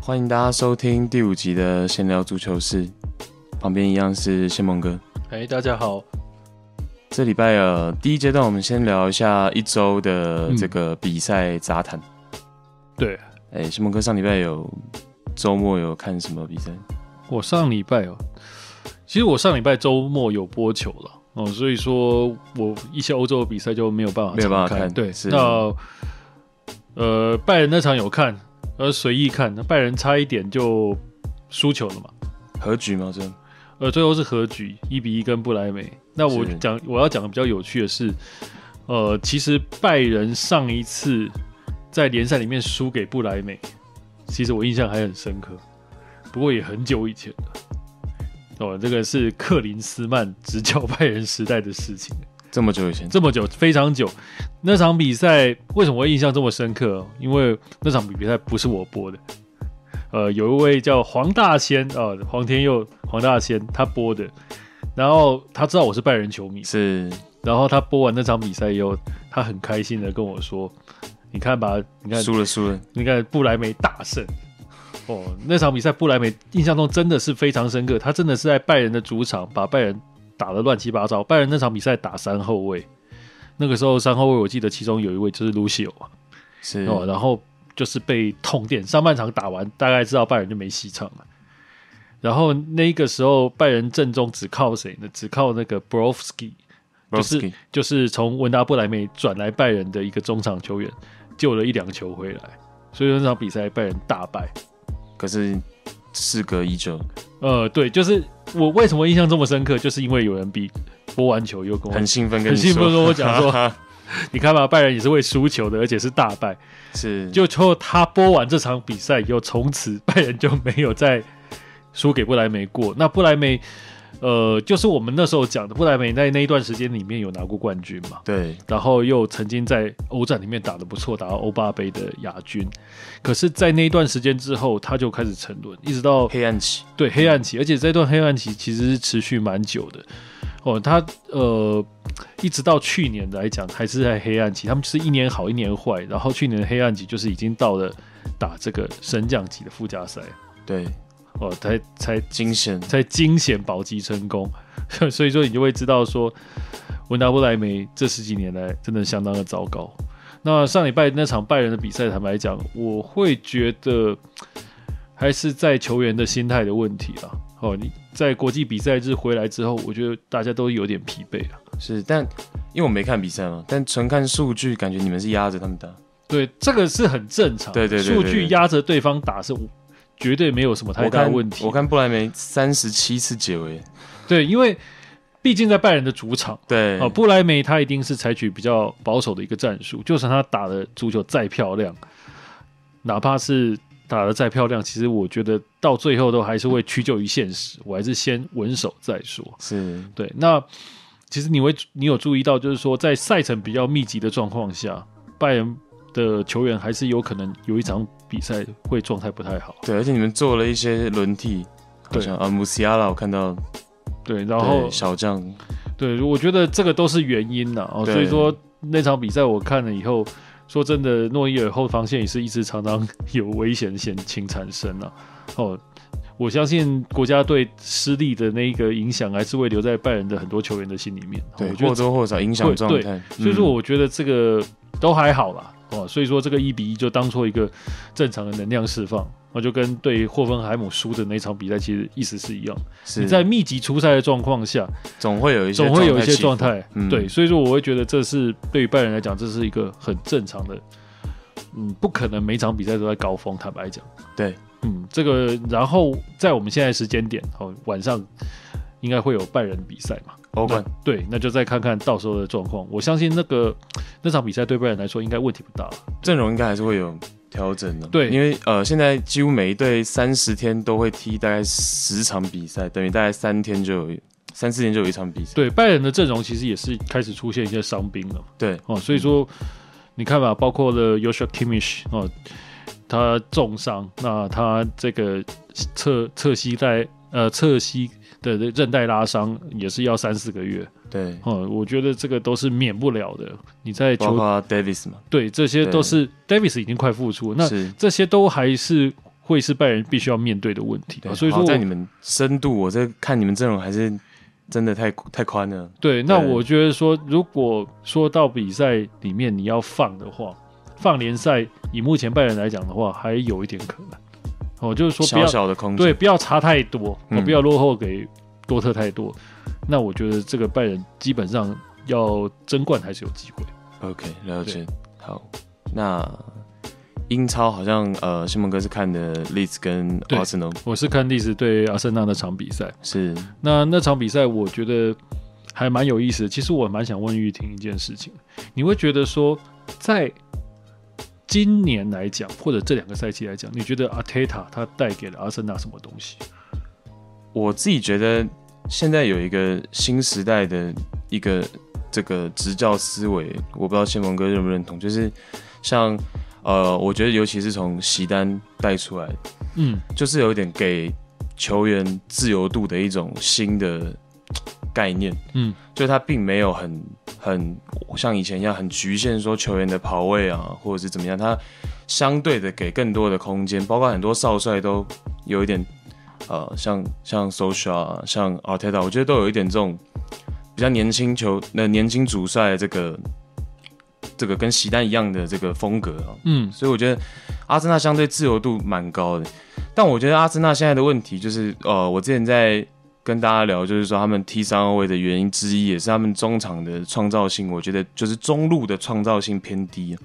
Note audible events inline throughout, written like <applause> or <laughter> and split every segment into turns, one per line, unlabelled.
欢迎大家收听第五集的闲聊足球室，旁边一样是谢梦哥。
哎、大家好，
这礼拜呃，第一阶段我们先聊一下一周的
嗯
这个比赛杂谈。
对
哎、谢梦哥上礼拜有周末有看什么比赛？
我上礼拜哦，其实我上礼拜周末有播球了哦，所以说我一些欧洲的比赛就没有办法
没有办法
常
看
对，
是
那呃，拜仁那场有看，呃，随意看，那拜仁差一点就输球了嘛，
和局吗？这
呃，最后是和局一比一跟布莱梅。那我
是
讲我要讲的比较有趣的是，呃，其实拜仁上一次在联赛里面输给布莱梅，其实我印象还很深刻，不过也很久以前了。哦，这个是克林斯曼执教拜仁时代的事情，
这么久以前，
这么久，非常久。那场比赛为什么会印象这么深刻？因为那场比赛不是我播的，呃，有一位叫黄大仙啊、呃黄天佑，黄大仙他播的。然后他知道我是拜仁球迷，
是
然后他播完那场比赛以后，他很开心的跟我说：“你看吧，你看
输了输了，
你看布莱梅大胜。哦，那场比赛布莱梅印象中真的是非常深刻，他真的是在拜仁的主场把拜仁打得乱七八糟。拜仁那场比赛打三后卫，那个时候三后卫我记得其中有一位就是卢西欧嘛，
是
哦，然后就是被痛电。上半场打完，大概知道拜仁就没戏唱了。然后那个时候拜仁阵中只靠谁呢？只靠那个 Brovsky，
b r o
就
s k
是
i
就是从文达布莱梅转来拜仁的一个中场球员，救了一两球回来，所以说那场比赛拜仁大败。
可是事隔已久，
呃，对，就是我为什么印象这么深刻，就是因为有人比播完球又跟我
很，兴奋跟你
很
说，
兴奋跟我讲说
哈哈
你看吧，拜仁也是会输球的，而且是大败。
是
就之后他播完这场比赛以后，从此拜仁就没有再输给布莱梅过。那布莱梅，呃，就是我们那时候讲的，布莱梅在那一段时间里面有拿过冠军嘛。
对
然后又曾经在欧战里面打得不错，打到欧巴杯的亚军。可是，在那一段时间之后，他就开始沉沦，一直到
黑暗期，
对黑暗期，而且这段黑暗期其实是持续蛮久的。哦，他呃，一直到去年来讲还是在黑暗期，他们就是一年好一年坏，然后去年的黑暗期就是已经到了打这个升降级的附加赛
对
哦，才才
惊险
才惊险保级成功， <laughs> 所以说你就会知道说，文达布莱梅这十几年来真的相当的糟糕。那上礼拜那场拜仁的比赛，坦白讲，我会觉得还是在球员的心态的问题啦。哦，你在国际比赛日回来之后，我觉得大家都有点疲惫了。
是，但因为我没看比赛嘛，但纯看数据，感觉你们是压着他们打。
对，这个是很正常
对
的。
对对对
数据压着对方打是绝对没有什么太
我
大
看
问题。
我看布莱梅三十七次解围，
对，因为毕竟在拜仁的主场。
对，
哦，布莱梅他一定是采取比较保守的一个战术，就算他打的足球再漂亮，哪怕是打的再漂亮，其实我觉得到最后都还是会屈就于现实，我还是先稳守再说。
是
对，那其实你会你有注意到，就是说在赛程比较密集的状况下，拜仁的球员还是有可能有一场比赛会状态不太好。
对，而且你们做了一些轮替，好
对
像啊，穆西亚拉我看到，
对，然
对
后哦
小将
对，我觉得这个都是原因呐、哦，
对
所以说那场比赛我看了以后，说真的，诺伊尔后防线也是一直常常 <laughs> 有危险险情产生啊。哦，我相信国家队失利的那一个影响，还是会留在拜仁的很多球员的心里面。哦
对
我
或
觉得，
多或少影响
会
状
对
态。
所以说
嗯
我觉得这个都还好啦。哦，所以说这个一比一就当做一个正常的能量释放，我就跟对霍芬海姆输的那场比赛其实意思是一样。你
嗯是
在密集出赛的状况下，
总会有一些
总会有一些
起伏
状，态，
嗯
对，所以说我会觉得这是对于拜仁来讲，这是一个很正常的，嗯，不可能每场比赛都在高峰，坦白讲，
对，
嗯，这个然后在我们现在时间点，哦，晚上应该会有拜仁比赛嘛，
欧冠
对，那就再看看到时候的状况，我相信那个那场比赛对拜仁来说应该问题不大，
阵容应该还是会有调整的。
对
因为呃，现在几乎每一队三十天都会踢大概十场比赛，等于大概三天就有三四天就有一场比赛。
对，拜仁的阵容其实也是开始出现一些伤兵了。
对，
哦，所以说你看吧，包括了 Joshua Kimmich 哦，他重伤，那他这个侧侧膝带呃侧膝的韧带拉伤也是要三四个月
对，
哦，我觉得这个都是免不了的。你在
包
球
括 Davis 嘛，
对这些
对
都是 Davis 已经快复出了，那
是
这些都还是会是拜仁必须要面对的问题吧。
对，
所以
好
说我
在你们深度，我这看你们阵容还是真的太太宽了，
对，那
对
我觉得说，如果说到比赛里面你要放的话，放联赛，以目前拜仁来讲的话，还有一点可能。哦，就是说不
小
要
小的空
对，
间，
不要差太多，
嗯
哦，不要落后给多特太多。那我觉得这个拜仁基本上要争冠还是有机会。
OK，了解。好，那英超好像呃，西蒙哥是看的利兹跟
对
阿森纳，
我是看历史对阿森纳那场比赛，
是
那那场比赛我觉得还蛮有意思的。其实我蛮想问玉婷一件事情，你会觉得说，在今年来讲，或者这两个赛季来讲，你觉得阿泰塔他带给了阿森纳什么东西？
我自己觉得现在有一个新时代的一个这个执教思维，我不知道宪鹏哥认不认同，就是像呃，我觉得尤其是从席丹带出来，
嗯，
就是有一点给球员自由度的一种新的嘖概念，
嗯，
就他并没有很很像以前一样很局限说球员的跑位啊，或者是怎么样，他相对的给更多的空间，包括很多少帅都有一点呃，像像 Social 啊，像 Arteta，我觉得都有一点这种比较年轻球那、年轻主帅的这个这个跟席丹一样的这个风格啊，
嗯，
所以我觉得阿森纳相对自由度蛮高的。但我觉得阿森纳现在的问题就是，呃，我之前在跟大家聊，就是说他们踢三后卫的原因之一，也是他们中场的创造性，我觉得就是中路的创造性偏低。啊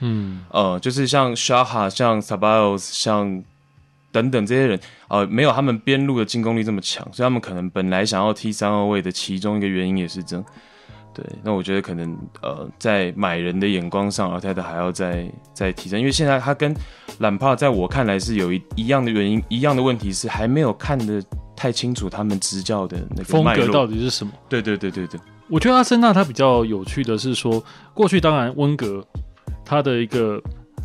嗯，
呃，就是像 Shaha、像 Sabios、像等等这些人，呃，没有他们边路的进攻力这么强，所以他们可能本来想要踢三后卫的其中一个原因也是这样。对，那我觉得可能呃，在买人的眼光上，阿泰德还要再再提升，因为现在他跟兰帕在我看来是有一一样的原因，一样的问题是还没有看得太清楚他们执教的那个
风
脉
格
络
到。底是什么？
对对对对对，
我觉得阿森纳他比较有趣的是说，过去当然温格他的一个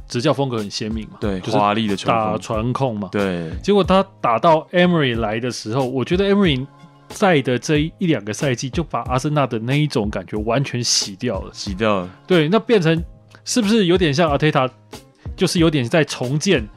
执教风格很鲜明嘛，
对
就是
华丽的球
打
风，
传控嘛，
对
结果他打到 Emery 来的时候，我觉得 Emery 在的这一一两个赛季就把阿森纳的那一种感觉完全洗掉了。
洗掉了，
对，那变成是不是有点像阿泰塔，就是有点在重建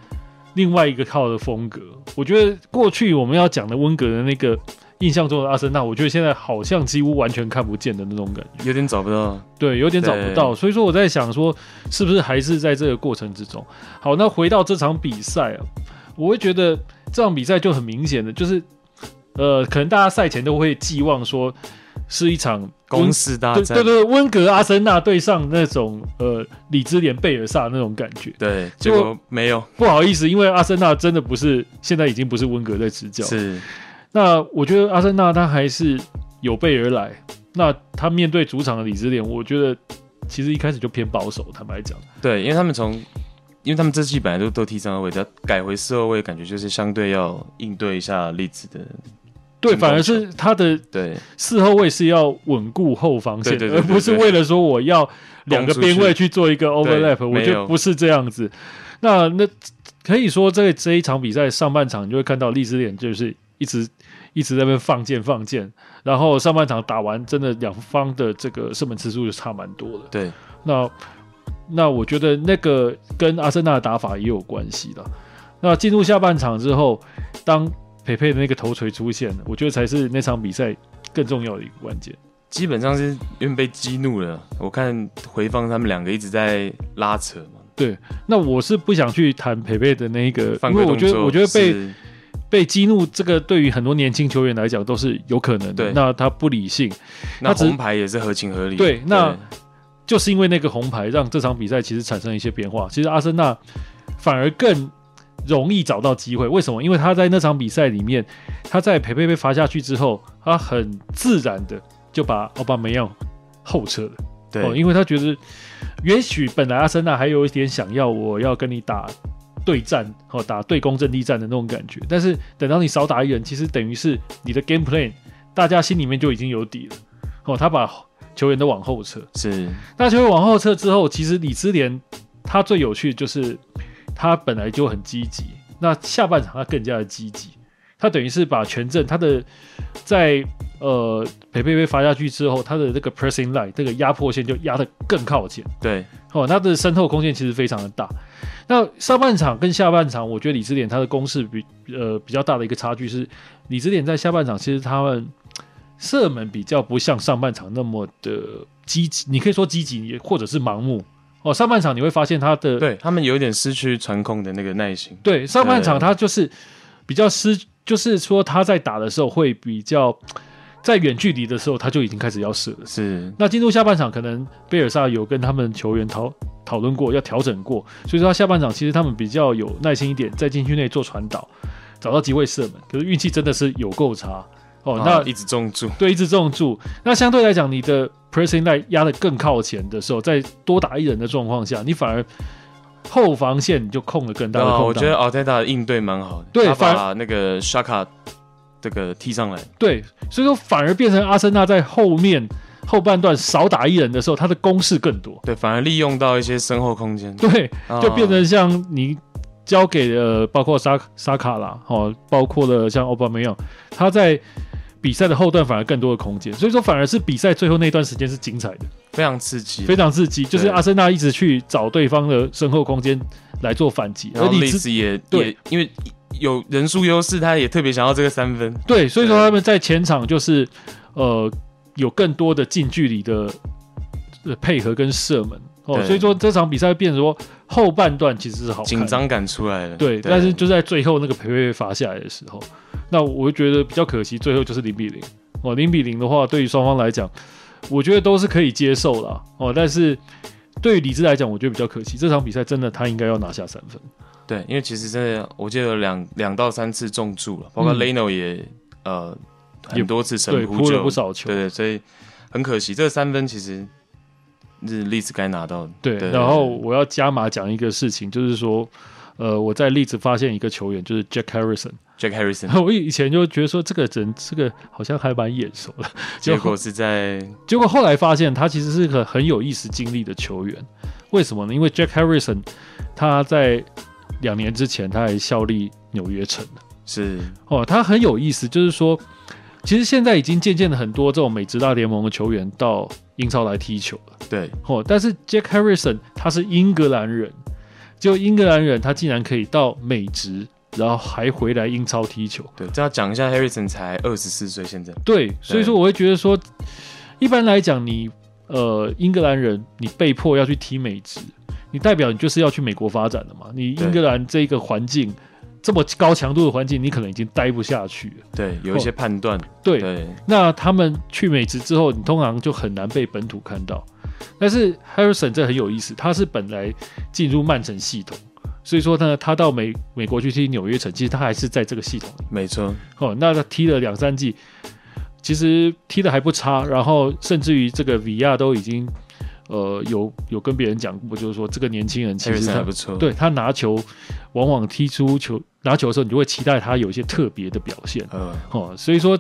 另外一个靠的风格？我觉得过去我们要讲的温格的那个印象中的阿森纳，我觉得现在好像几乎完全看不见的那种感觉。
有点找不到。
对，有点找不到，所以说我在想说，是不是还是在这个过程之中？好，那回到这场比赛啊，我会觉得这场比赛就很明显的就是，呃，可能大家赛前都会寄望说是一场温
公司大
对
战
对，对温格阿森纳对上那种呃里兹联贝尔萨那种感觉。 <laughs>
对，
结
结
果
果没有，
不好意思，因为阿森纳真的不是现在已经不是温格在执教，
是
那我觉得阿森纳他还是有备而来。那他面对主场的里兹联，我觉得其实一开始就偏保守。坦白讲，
对，因为他们从，因为他们这季本来都都踢三后卫，只要改回四后卫，感觉就是相对要应对一下例子的，
对，
进攻
反而是他的
对
四后卫是要稳固后防
对
线，
对对对
而不是为了说我要两个边位去做一个
出去
overlap。
对
我觉
没
得
有
不是这样子。那那可以说在这一场比赛上半场，你就会看到利兹联就是一直一直在那边放箭放箭，然后上半场打完，真的两方的这个射门次数就差蛮多的。
对，
那那我觉得那个跟阿森纳的打法也有关系的。那进入下半场之后，当佩佩的那个头锤出现了，我觉得才是那场比赛更重要的一个关键。
基本上是因为被激怒了。我看回放他们两个一直在拉扯嘛，
那我是不想去谈佩佩的那一个，
犯
因
规
为我
动
觉
作
得我觉得被
是
被激怒，这个对于很多年轻球员来讲都是有可能的。
对
那他不理性，
那
只
红牌也是合情合理，
对那就是因为那个红牌，让这场比赛其实产生一些变化。其实阿森纳反而更容易找到机会，为什么？因为他在那场比赛里面，他在佩佩被罚下去之后，他很自然的就把奥巴梅扬后撤了。
对
哦，因为他觉得，也许本来阿森纳还有一点想要我要跟你打对战，哦，打对攻阵地战的那种感觉，但是等到你少打一人，其实等于是你的 game plan，大家心里面就已经有底了。哦，他把球员都往后撤，
是
那球员往后撤之后，其实李兹联他最有趣的就是他本来就很积极，那下半场他更加的积极。他等于是把权证他的在呃裴佩佩罚下去之后，他的这个 pressing line 这个压迫线就压得更靠前，
对，
哦，他的身后空间其实非常的大。那上半场跟下半场，我觉得李智典他的攻势比呃比较大的一个差距是，李智典在下半场其实他们射门比较不像上半场那么的积极，你可以说积极，也或者是盲目。哦，上半场你会发现他的
对他们有一点失去传控的那个耐心，
对，上半场他就是比较失，就是说他在打的时候会比较在远距离的时候他就已经开始要射了。
是
那进入下半场，可能贝尔萨有跟他们球员讨讨论过，要调整过，所以说他下半场其实他们比较有耐心一点，在禁区内做传导，找到机会射门。可是运气真的是有够差哦。那、
啊一直中柱，
对，一直重注。那相对来讲，你的 pressing line 压得更靠前的时候，在多打一人的状况下，你反而后防线你就空了更大的
啊，
空
我
档。
觉得奥黛塔的应对蛮好的，
对
他
反
把那个沙卡这个踢上来，
对，所以说反而变成阿森纳在后面后半段少打一人的时候，他的攻势更多。
对，反而利用到一些身后空间，
对，
啊
就变成像你交给了包括沙沙卡啦，哦，包括了像奥巴梅扬，他在比赛的后段反而更多的空间，所以说反而是比赛最后那段时间是精彩的，
非常刺激，啊
非常刺激。就是
对
阿森纳一直去找对方的身后空间来做反击，
然
而
后
你
利
知
兹也
对
也因为有人数优势，他也特别想要这个三分，
对，所以说他们在前场就是呃有更多的近距离的呃配合跟射门哦，
对
所以说这场比赛变成说后半段其实是好看的
紧张感出来了。
对，但是就在最后那个裴佩罚下来的时候，那我就觉得比较可惜，最后就是零比零哦，零比零的话，对于双方来讲，我觉得都是可以接受啦。哦，但是对于李智来讲，我觉得比较可惜，这场比赛真的他应该要拿下三分，
对，因为其实真的，我记得有两两到三次中柱了，包括
嗯
Leno 也、呃
也
很多次
对，
神扑
扑了
救，
不少球
对，对，所以很可惜，这个三分其实是利兹该拿到的。
对，
对
然后我要加码讲一个事情，就是说。呃，我在例子发现一个球员，就是 Jack Harrison。
Jack
<laughs>
Harrison，
我以前就觉得说这个人，这个好像还蛮眼熟的，
结果是在
结果后来发现他其实是个很有意思经历的球员，为什么呢？因为 Jack Harrison 他在两年之前他还效力纽约城
是
哦，他很有意思，就是说，其实现在已经渐渐的很多这种美职大联盟的球员到英超来踢球了
对
哦，但是 Jack Harrison 他是英格兰人，就英格兰人他竟然可以到美职，然后还回来英超踢球，
对，这要讲一下 Harrison 才二十四岁，现在
对，所以说我会觉得说，一般来讲你，呃英格兰人，你被迫要去踢美职，你代表你就是要去美国发展的嘛。你英格兰这个环境这么高强度的环境，你可能已经待不下去了。
对有一些判断，
哦对，
对
那他们去美职之后，你通常就很难被本土看到。但是 Harrison 这很有意思，他是本来进入曼城系统，所以说呢，他到美美国去踢纽约城，其实他还是在这个系统里。
没错，
哦，那他踢了两三季，其实踢的还不差，然后甚至于这个比亚都已经呃有有跟别人讲过，就是说这个年轻人其实
Harrison 还
他
不错，
对他拿球，往往踢出球拿球的时候，你就会期待他有一些特别的表现
呃
哦，所以说。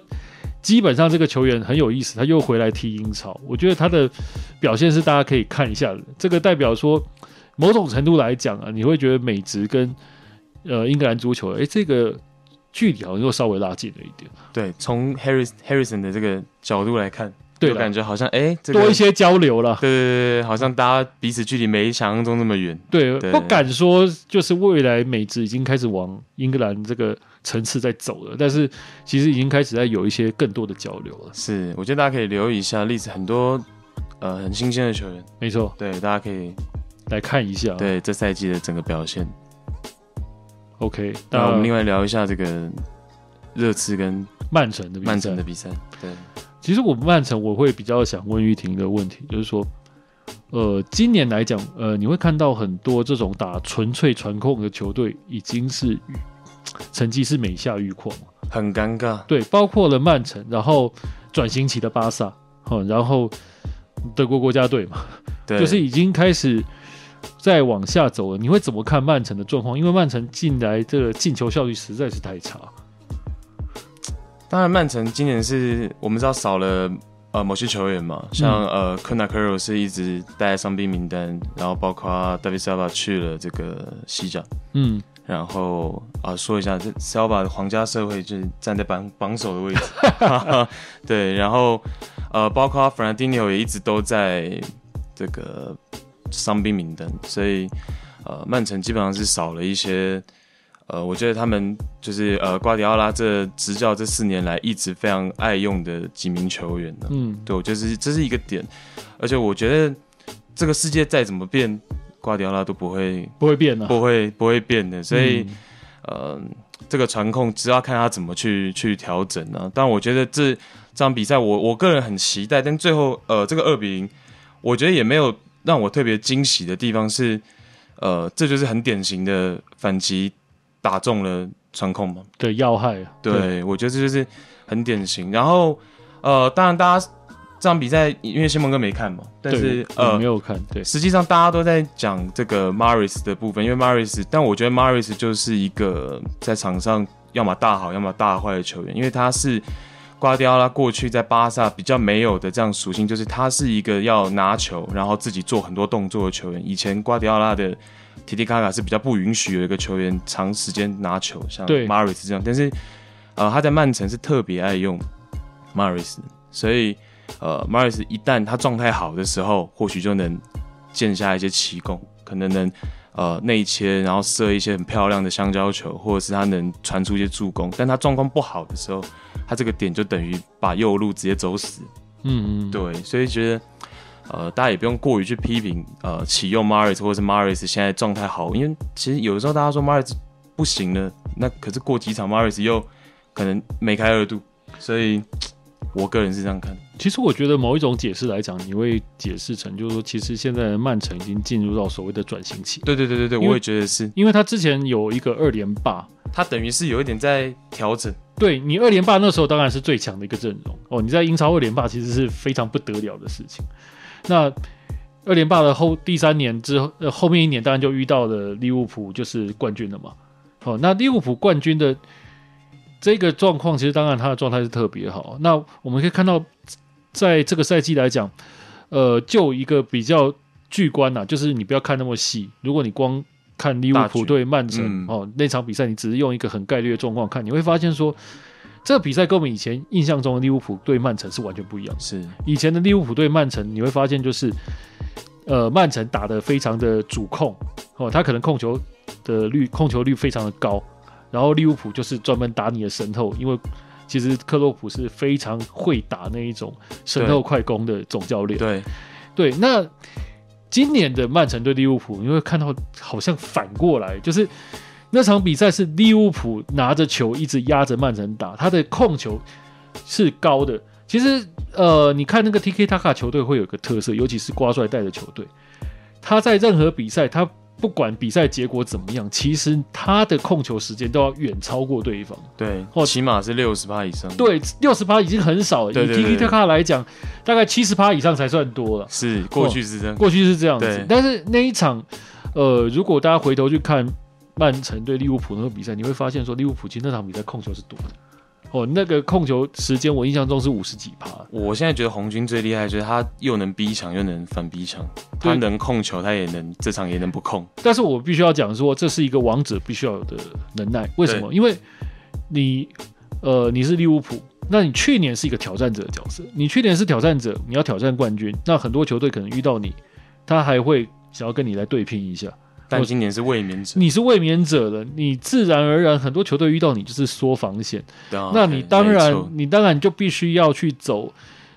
基本上这个球员很有意思，他又回来踢英超，我觉得他的表现是大家可以看一下的。这个代表说，某种程度来讲啊，你会觉得美职跟呃英格兰足球，诶，这个距离好像又稍微拉近了一点。
对，从 Harris Harrison 的这个角度来看，
对
就
啦
感觉好像哎、这个
多一些交流了。
对对对对，好像大家彼此距离没想象中那么远。
对，
对
不敢说就是未来美职已经开始往英格兰这个层次在走了，但是其实已经开始在有一些更多的交流了。
是，我觉得大家可以留意一下，例子很多呃很新鲜的球员，
没错，
对，大家可以
来看一下。啊
对这赛季的整个表现。
哦，OK，那
那我们另
外
外聊一下这个热刺跟
曼城的比赛
曼城的，比赛，对，
其实我曼城我会比较想问玉婷的问题，就是说，呃，今年来讲，呃，你会看到很多这种打纯粹传控的球队已经是遇成绩是每下愈况了。
很尴尬，
对，包括了曼城，然后转型期的巴萨，哦，然后德国国家队嘛，
对，
就是已经开始在往下走了。你会怎么看曼城的状况？因为曼城近来这个进球效率实在是太差。
当然曼城今年是我们知道少了。呃，某些球员嘛，像、呃，科纳科罗是一直待在伤病名单，然后包括 David Saba 去了这个西甲，
嗯，
然后啊、说一下，这 Selva 的皇家社会就是站在榜榜首的位置，对，然后呃，包括 Fernandinho 也一直都在这个伤兵名单，所以呃，曼城基本上是少了一些。呃，我觉得他们就是呃，瓜迪奥拉这执教这四年来一直非常爱用的几名球员呢、
嗯，
对，我觉得这是这是一个点，而且我觉得这个世界再怎么变，瓜迪奥拉都不会
不会变的、啊
不会不会变的，所以、
嗯
呃，这个传控只要看他怎么去去调整啊。但我觉得这这场比赛我我个人很期待，但最后呃这个二比零，我觉得也没有让我特别惊喜的地方是，呃，这就是很典型的反击打中了传控嘛。
的要害，啊
对，，我觉得这就是很典型。然后呃，当然大家这场比赛因为先蒙哥没看嘛，但
对嗯
是
我
呃
没。有看，对，
实际上大家都在讲这个 Maris 的部分，因为 Maris，但我觉得 Maris 就是一个在场上要么大好，要么大坏的球员，因为他是瓜迪奥拉过去在巴萨比较没有的这样属性，就是他是一个要拿球，然后自己做很多动作的球员。以前瓜迪奥拉的提提卡卡是比较不允许有一个球员长时间拿球，像
对
Maris 这样，但是呃他在曼城是特别爱用 Maris，所以呃 Maris 一旦他状态好的时候，或许就能建下一些奇功，可能能呃内切，然后射一些很漂亮的香蕉球，或者是他能传出一些助攻。但他状况不好的时候，他这个点就等于把右路直接走死。
嗯嗯，
对，所以觉得呃大家也不用过于去批评呃启用 Maris 或者是 Maris 现在状态好，因为其实有的时候大家说 Maris 不行了，那可是过几场 Maris 又可能梅开二度，所以我个人是这样看。
其实我觉得某一种解释来讲，你会解释成就是说，其实现在的曼城已经进入到所谓的转型期，
对对对对对，
因为
我也觉得是，
因为他之前有一个二连霸，
他等于是有一点在调整。
对你二连霸那时候当然是最强的一个阵容哦，你在英超二连霸其实是非常不得了的事情。那二连霸的后第三年之后，呃，后面一年当然就遇到了利物浦就是冠军了嘛。哦，那利物浦冠军的这个状况，其实当然他的状态是特别好。那我们可以看到，在这个赛季来讲，呃，就一个比较巨观呐、就是你不要看那么细，如果你光看利物
大
浦
局
对曼城、
嗯
哦那场比赛，你只是用一个很概率的状况看，你会发现说，这个比赛跟我们以前印象中的利物浦对曼城是完全不一样的。
是，
以前的利物浦对曼城，你会发现就是，呃，曼城打得非常的主控哦，他可能控球的率控球率非常的高，然后利物浦就是专门打你的神透，因为其实克洛普是非常会打那一种神透快攻的总教练。
对，
对，那今年的曼城对利物浦，你会看到好像反过来，就是那场比赛是利物浦拿着球一直压着曼城打，他的控球是高的。其实，呃，你看那个 TK 塔卡球队会有一个特色，尤其是瓜帅带的球队，他在任何比赛，他不管比赛结果怎么样，其实他的控球时间都要远超过对方。
对，
或
起码是六十趴以上。，
对，六十趴已经很少了，
对对对
以 TK 塔卡来讲，大概七十趴以上才算多了。
是过去是这样。
过去是这样子
对，
但是那一场，呃，如果大家回头去看曼城对利物浦那个比赛，你会发现说利物浦其实那场比赛控球是多的，哦，那个控球时间我印象中是五十几趴，
我现在觉得红军最厉害，就是他又能逼抢又能反逼抢，
对
他能控球，他也能这场也能不控。
但是我必须要讲说，这是一个王者必须要有的能耐。为什么？因为你，呃，你是利物浦，那你去年是一个挑战者的角色，你去年是挑战者，你要挑战冠军，那很多球队可能遇到你，他还会想要跟你来对拼一下。
但
我
今年是卫冕者，
你是卫冕者了，你自然而然很多球队遇到你就是缩防线，
对啊
那
对
你当然
没错
你当然就必须要去走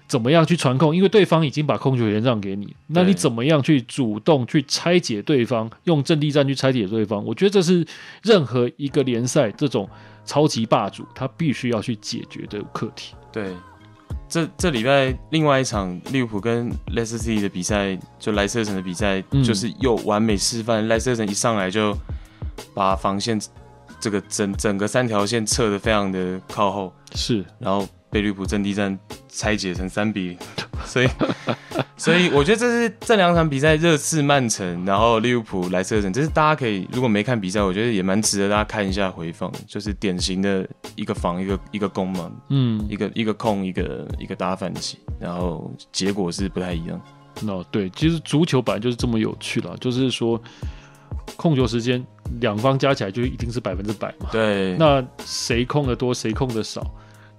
怎么样去传控，因为对方已经把控球权让给你，那你怎么样去主动去拆解对方，用阵地战去拆解对方？我觉得这是任何一个联赛这种超级霸主他必须要去解决的课题。
对。这这礼拜另外一场利物浦跟莱斯特 City 的比赛，就莱斯特城的比赛，
嗯
就是又完美示范。莱斯特城一上来就把防线这个整整个三条线撤得非常的靠后，
是，
然后被绿浦阵地战拆解成三比零， <laughs> 所以所以我觉得这是这两场比赛，热刺、曼城，然后利物浦、莱斯特城，这是大家可以如果没看比赛，我觉得也蛮值得大家看一下回放，就是典型的一个防一个一个攻嘛，
嗯，
一个一个控一个一个打反击，然后结果是不太一样，
那、对，其实足球本来就是这么有趣了，就是说，控球时间两方加起来就一定是百分之百嘛。
对，
那谁控的多，谁控的少，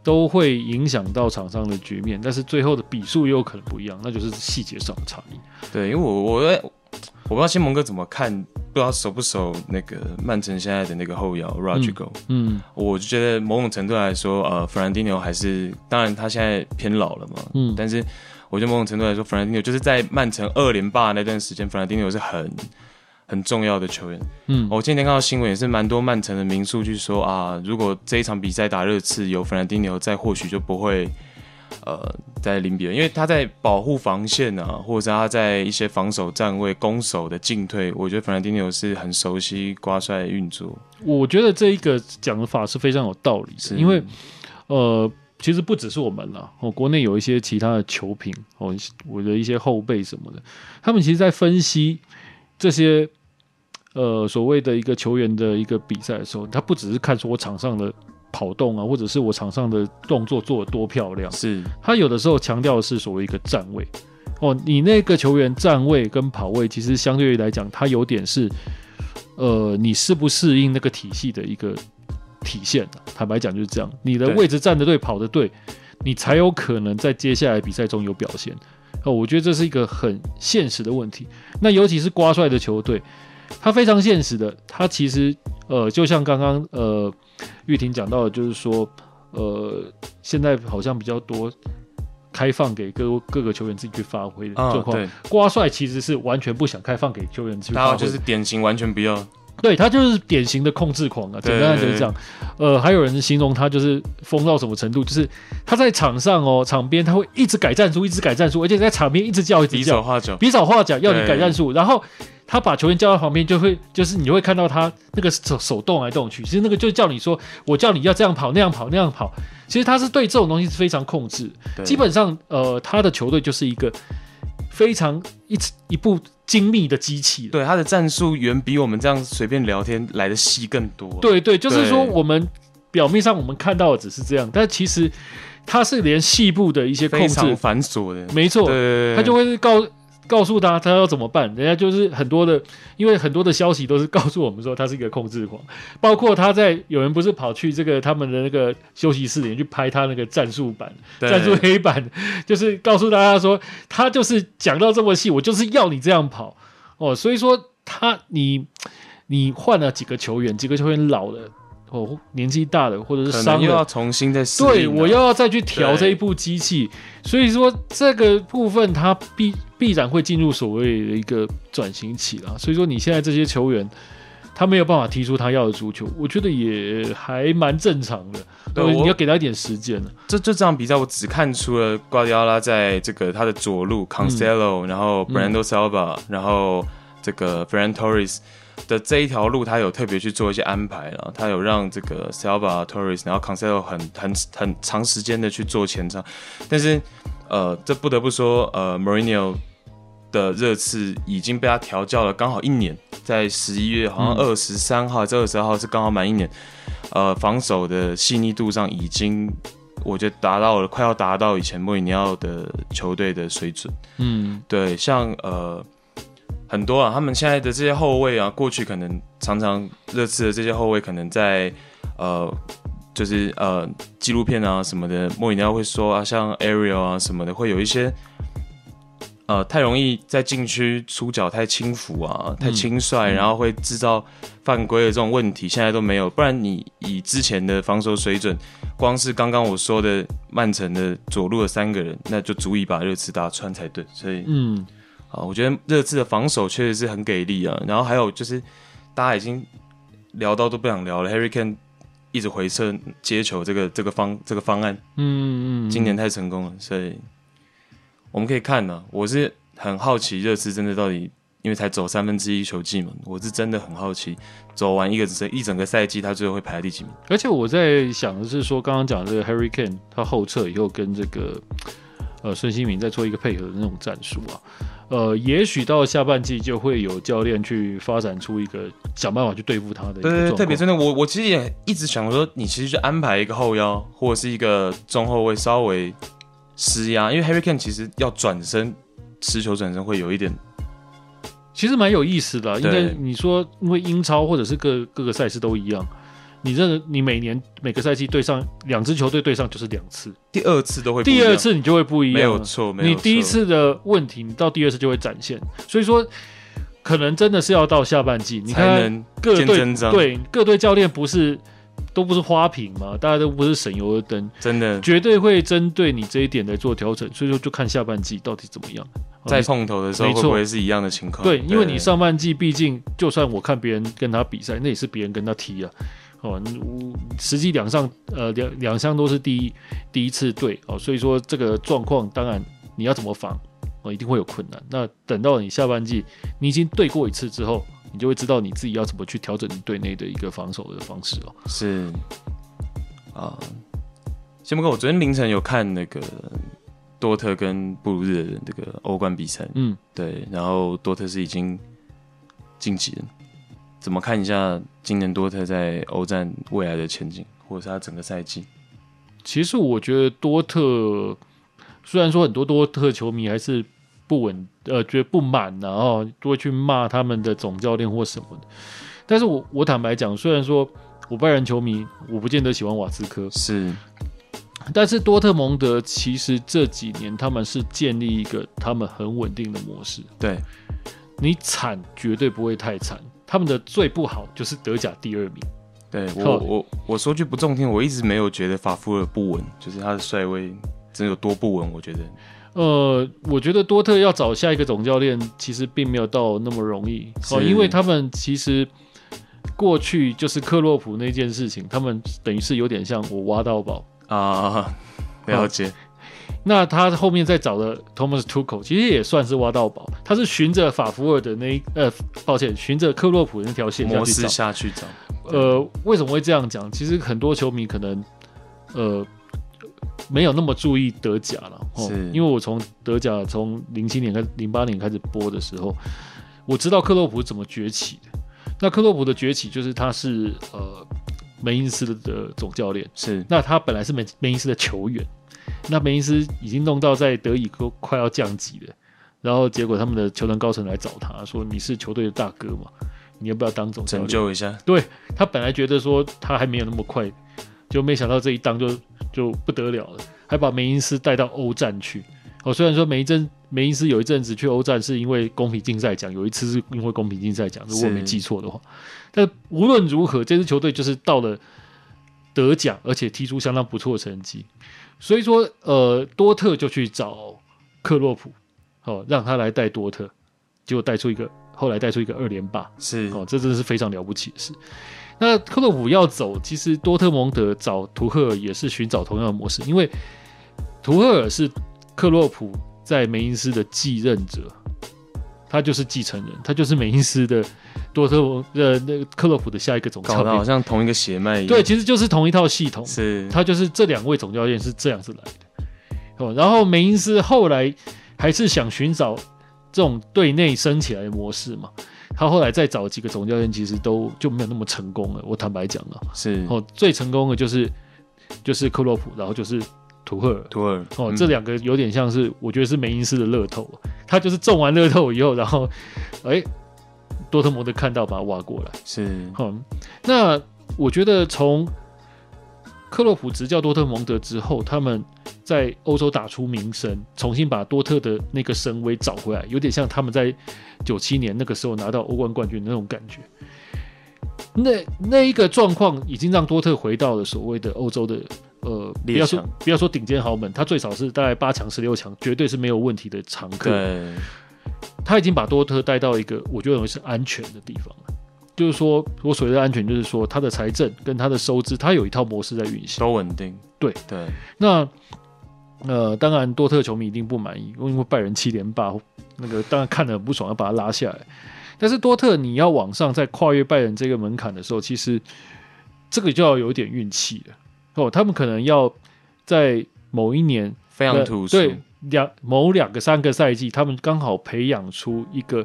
都会影响到场上的局面，但是最后的比数也有可能不一样，那就是细节上的差异。
对，因为我我在我不知道新蒙哥怎么看，不知道熟不熟那个曼城现在的那个后腰 Rodrigo，、
嗯
我就觉得某种程度来说，呃，弗兰迪牛还是，当然他现在偏老了嘛，
嗯
但是我觉得某种程度来说，弗兰迪牛就是在曼城二连霸那段时间，弗兰迪牛是很很重要的球员。哦
嗯
我今天看到新闻也是蛮多曼城的名宿去说啊，如果这一场比赛打热刺有弗兰迪牛在，或许就不会呃在零比二，因为他在保护防线啊，或者是他在一些防守站位、攻守的进退，我觉得弗兰迪牛是很熟悉瓜帅运作，
我觉得这一个讲法是非常有道理
是
的，因为呃，其实不只是我们啦，哦，国内有一些其他的球评哦，我的一些后辈什么的，他们其实在分析这些呃所谓的一个球员的一个比赛的时候，他不只是看说我场上的跑动啊，或者是我场上的动作做得多漂亮，啊
是
他有的时候强调的是所谓一个站位。哦，你那个球员站位跟跑位，其实相对于来讲，他有点是，呃，你适不适应那个体系的一个体现、啊、坦白讲就是这样，你的
对
位置站得对，跑得对，你才有可能在接下来比赛中有表现。哦，我觉得这是一个很现实的问题。那尤其是瓜帅的球队，他非常现实的，他其实呃，就像刚刚呃玉婷讲到的，就是说呃，现在好像比较多开放给各各个球员自己去发挥的
啊、
状况。
对，
瓜帅其实是完全不想开放给球员去
然
发挥
后
的，
就是典型完全不要，
对他就是典型的控制狂啊，
对
简单的就是这样。呃，还有人形容他就是疯到什么程度，就是他在场上哦，场边他会一直改战术，一直改战术，而且在场边一直叫，一直
比
叫
手，画脚，
比手画脚，要你
对
改战术，然后。他把球员叫到旁边，就会就是你会看到他那个手手动来动去，其实那个就叫你说，我叫你要这样跑那样跑那样跑，其实他是对这种东西是非常控制的，
对
基本上，呃，他的球队就是一个非常一一部精密的机器了。
对他的战术远比我们这样随便聊天来的细更多。，
对对，就是说
对
我们表面上我们看到的只是这样，但其实它是连细部的一些控
非
制
常，繁琐的。
没错，
对，
他就会告告诉他他要怎么办。人家就是很多的，因为很多的消息都是 <laughs> 告诉我们说他是一个控制狂，包括他在有人不是跑去这个他们的那个休息室里面去拍他那个战术版、
对
战术黑板， <laughs> 就是告诉大家说他就是讲到这么细，我就是要你这样跑哦。所以说他你你换了几个球员，几个球员老了哦，年纪大了或者是
可
伤
能又
了
要。重新再适应啊
对，我要再去调
对
这一部机器，所以说这个部分它必必然会进入所谓的一个转型期啦。所以说你现在这些球员，他没有办法踢出他要的足球，我觉得也还蛮正常的。
对
呃
我
你要给他一点时间啊呢。
这这场比赛，我只看出了瓜迪奥拉在这个他的左
嗯
路 Cancelo，、然后 Brando Silva，、然后这个 Ferran Torres 的这一条路，他有特别去做一些安排了，他有让这个 Silva Torres，然后 Cancelo 很很很长时间的去做前场，但是呃，这不得不说，呃，Mourinho 的热刺已经被他调教了刚好一年，在十一月好像二十三号还是二十号是刚好满一年，呃，防守的细腻度上已经。我觉得达到了，快要达到以前莫里尼奥的球队的水准。
嗯，
对，像呃很多啊，他们现在的这些后卫啊，过去可能常常热刺的这些后卫，可能在呃就是呃纪录片啊什么的，莫里尼奥会说啊，像 Ariel 啊什么的，会有一些呃太容易在禁区出脚太轻浮啊，太轻率，然后会制造犯规的这种问题，现在都没有。不然你以之前的防守水准，光是刚刚我说的曼城的左路的三个人，那就足以把热刺打穿才对。所以
嗯，
啊，我觉得热刺的防守确实是很给力啊。然后还有就是，大家已经聊到都不想聊了，Harry Kane 一直回撤接球这个这个方这个方案，
嗯嗯，
今年太成功了，所以我们可以看呢、我是很好奇热刺真的到底，因为才走三分之一球季嘛，我是真的很好奇，走完一个整一整个赛季，他最后会排第几名？
而且我在想的是说，刚刚讲的这个 Harry Kane，他后撤以后跟这个呃孙兴民在做一个配合的那种战术啊，呃，也许到下半季就会有教练去发展出一个想办法去对付他的一个
对对
状
对，
况。
特别真的，我我其实也一直想说，你其实就安排一个后腰或者是一个中后卫稍微施压，因为 Harry Kane 其实要转身持球转身会有一点
其实蛮有意思的啊、应
对
该你说，因为英超或者是各各个赛事都一样，你这个你每年每个赛季对上两支球队对上就是两次，
第二次都会不一
第
样
二次你就会不一
没
样
有
了。
错，没有
你第一
错
次的问题，你到第二次就会展现。所以说，可能真的是要到下半季，你
才
看
能
各
见
队
真章，，
对各队教练不是都不是花瓶嘛，大家都不是省油的灯，
真的
绝对会针对你这一点来做调整。所以说，就看下半季到底怎么样。哦
在碰头的时候
没
会
错
不会是一样的情况？
对，因为你上半季毕竟，就算我看别人跟他比赛，那也是别人跟他踢啊。哦，你我实际两项呃两两项都是第一第一次对哦，所以说这个状况当然你要怎么防哦，一定会有困难。那等到你下半季你已经对过一次之后，你就会知道你自己要怎么去调整你对内的一个防守的方式哦。
是啊，先不哥，我昨天凌晨有看那个多特跟布鲁日的这个欧冠比赛，
嗯，
对，然后多特是已经晋级了，怎么看一下今年多特在欧战未来的前景，或者是他整个赛季？
其实我觉得多特虽然说很多多特球迷还是不稳，呃，觉得不满、然后都会去骂他们的总教练或什么的。但是我我坦白讲，虽然说我拜仁球迷，我不见得喜欢瓦兹科，
是
但是多特蒙德其实这几年他们是建立一个他们很稳定的模式，
对，
你惨绝对不会太惨。他们的最不好就是德甲第二名，
对我
靠
我我说句不中听，我一直没有觉得法夫尔不稳，就是他的帅位真有多不稳，我觉得
呃，我觉得多特要找下一个总教练，其实并没有到那么容易哦，
是
因为他们其实过去就是克洛普那件事情，他们等于是有点像我挖到宝。
啊， <laughs> 了解，
那他后面再找的 Thomas Tuchel 其实也算是挖到宝，他是循着法福尔的那一呃，抱歉，循着克洛普那条线下
模
去
式
找。
下去找，
呃，为什么会这样讲？其实很多球迷可能呃没有那么注意德甲了，哦
是，
因为我从德甲从零七年开零八年开始播的时候，我知道克洛普怎么崛起的。那克洛普的崛起就是他是呃梅因斯的总教练，
是
那他本来是梅梅因斯的球员，那梅因斯已经弄到在德乙都快要降级了，然后结果他们的球团高层来找他说：“你是球队的大哥嘛，你要不要当总教
拯
练？”
救一下，
他本来觉得说他还没有那么快，就没想到这一当就就不得了了，还把梅因斯带到欧战去。哦，虽然说梅真梅因斯有一阵子去欧战是因为公平竞赛奖，有一次是因为公平竞赛奖，如果我没
是
记错的话，但无论如何，这支球队就是到了德甲，而且踢出相当不错的成绩。所以说，呃，多特就去找克洛普，哦，让他来带多特，结果带出一个后来带出一个二连霸。
是
哦，这真的是非常了不起的事。那克洛普要走，其实多特蒙德找图赫尔也是寻找同样的模式，因为图赫尔是克洛普在梅因斯的继任者，他就是继承人，他就是梅因斯的多特蒙呃那个克洛普的下一个总教
搞得好
练。
像同一个血脉一样，
对，其实就是同一套系统，
是
他就是这两位总教练是这样子来的。哦，然后梅因斯后来还是想寻找这种对内升起来的模式嘛，他后来再找几个总教练，其实都就没有那么成功了。我坦白讲了，
是
哦，最成功的就是就是克洛普，然后就是图赫尔。
土耳
哦，
嗯
这两个有点像是，我觉得是梅因斯的乐透，啊他就是中完乐透以后，然后，哎，多特蒙德看到把他挖过来。
嗯是
好、那我觉得从克洛普执教多特蒙德之后，他们在欧洲打出名声，重新把多特的那个神威找回来，有点像他们在九七年那个时候拿到欧冠冠军的那种感觉。那那一个状况已经让多特回到了所谓的欧洲的呃，不
列
要说
强
不要说顶尖豪门，他最少是大概八强、十六强，绝对是没有问题的常客。
对
他已经把多特带到一个我觉得是安全的地方了。就是说，我所谓的安全，就是说他的财政跟他的收支，他有一套模式在运行。
都稳定，
对
对
那呃，当然多特球迷一定不满意，因为拜仁七连霸，那个当然看得很不爽，要把他拉下来。但是多特你要往上再跨越拜仁这个门槛的时候，其实这个就要有点运气了哦。他们可能要在某一年
非常
那
突出，
对，两某两个三个赛季，他们刚好培养出一个，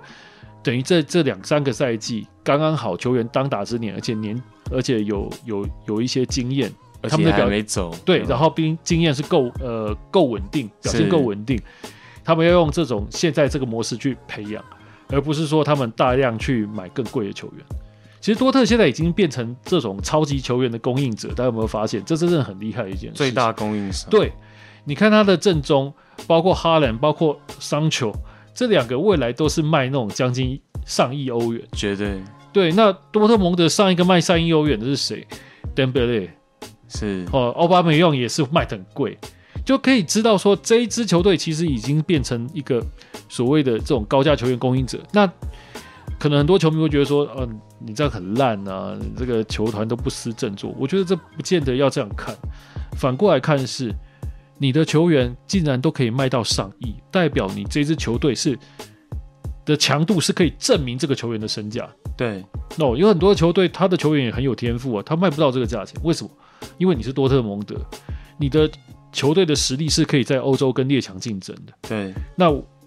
等于这这两三个赛季刚刚好球员当打之年，而且年而且有有有一些经验，
而
他
且
们的
还
表
没走，
对，
嗯
然后并经验是够呃够稳定，表现
是
够稳定，他们要用这种现在这个模式去培养。而不是说他们大量去买更贵的球员。其实多特现在已经变成这种超级球员的供应者，大家有没有发现？这真的很厉害的一件事。
最大供应商。
对，你看他的正中，包括哈兰，包括桑球，这两个未来都是卖那种将近上亿欧元。
绝对
对，那多特蒙德上一个卖上亿欧元的是谁？Dembele
是
哦，奥巴梅用也是卖得很贵，就可以知道说这一支球队其实已经变成一个所谓的这种高价球员供应者。那可能很多球迷会觉得说，嗯、你这样很烂啊，你这个球团都不思振作。我觉得这不见得要这样看，反过来看是你的球员竟然都可以卖到上亿，代表你这支球队是的强度是可以证明这个球员的身价。
对，
no, 有很多球队他的球员也很有天赋啊，他卖不到这个价钱，为什么？因为你是多特蒙德，你的球队的实力是可以在欧洲跟列强竞争的。
对，
那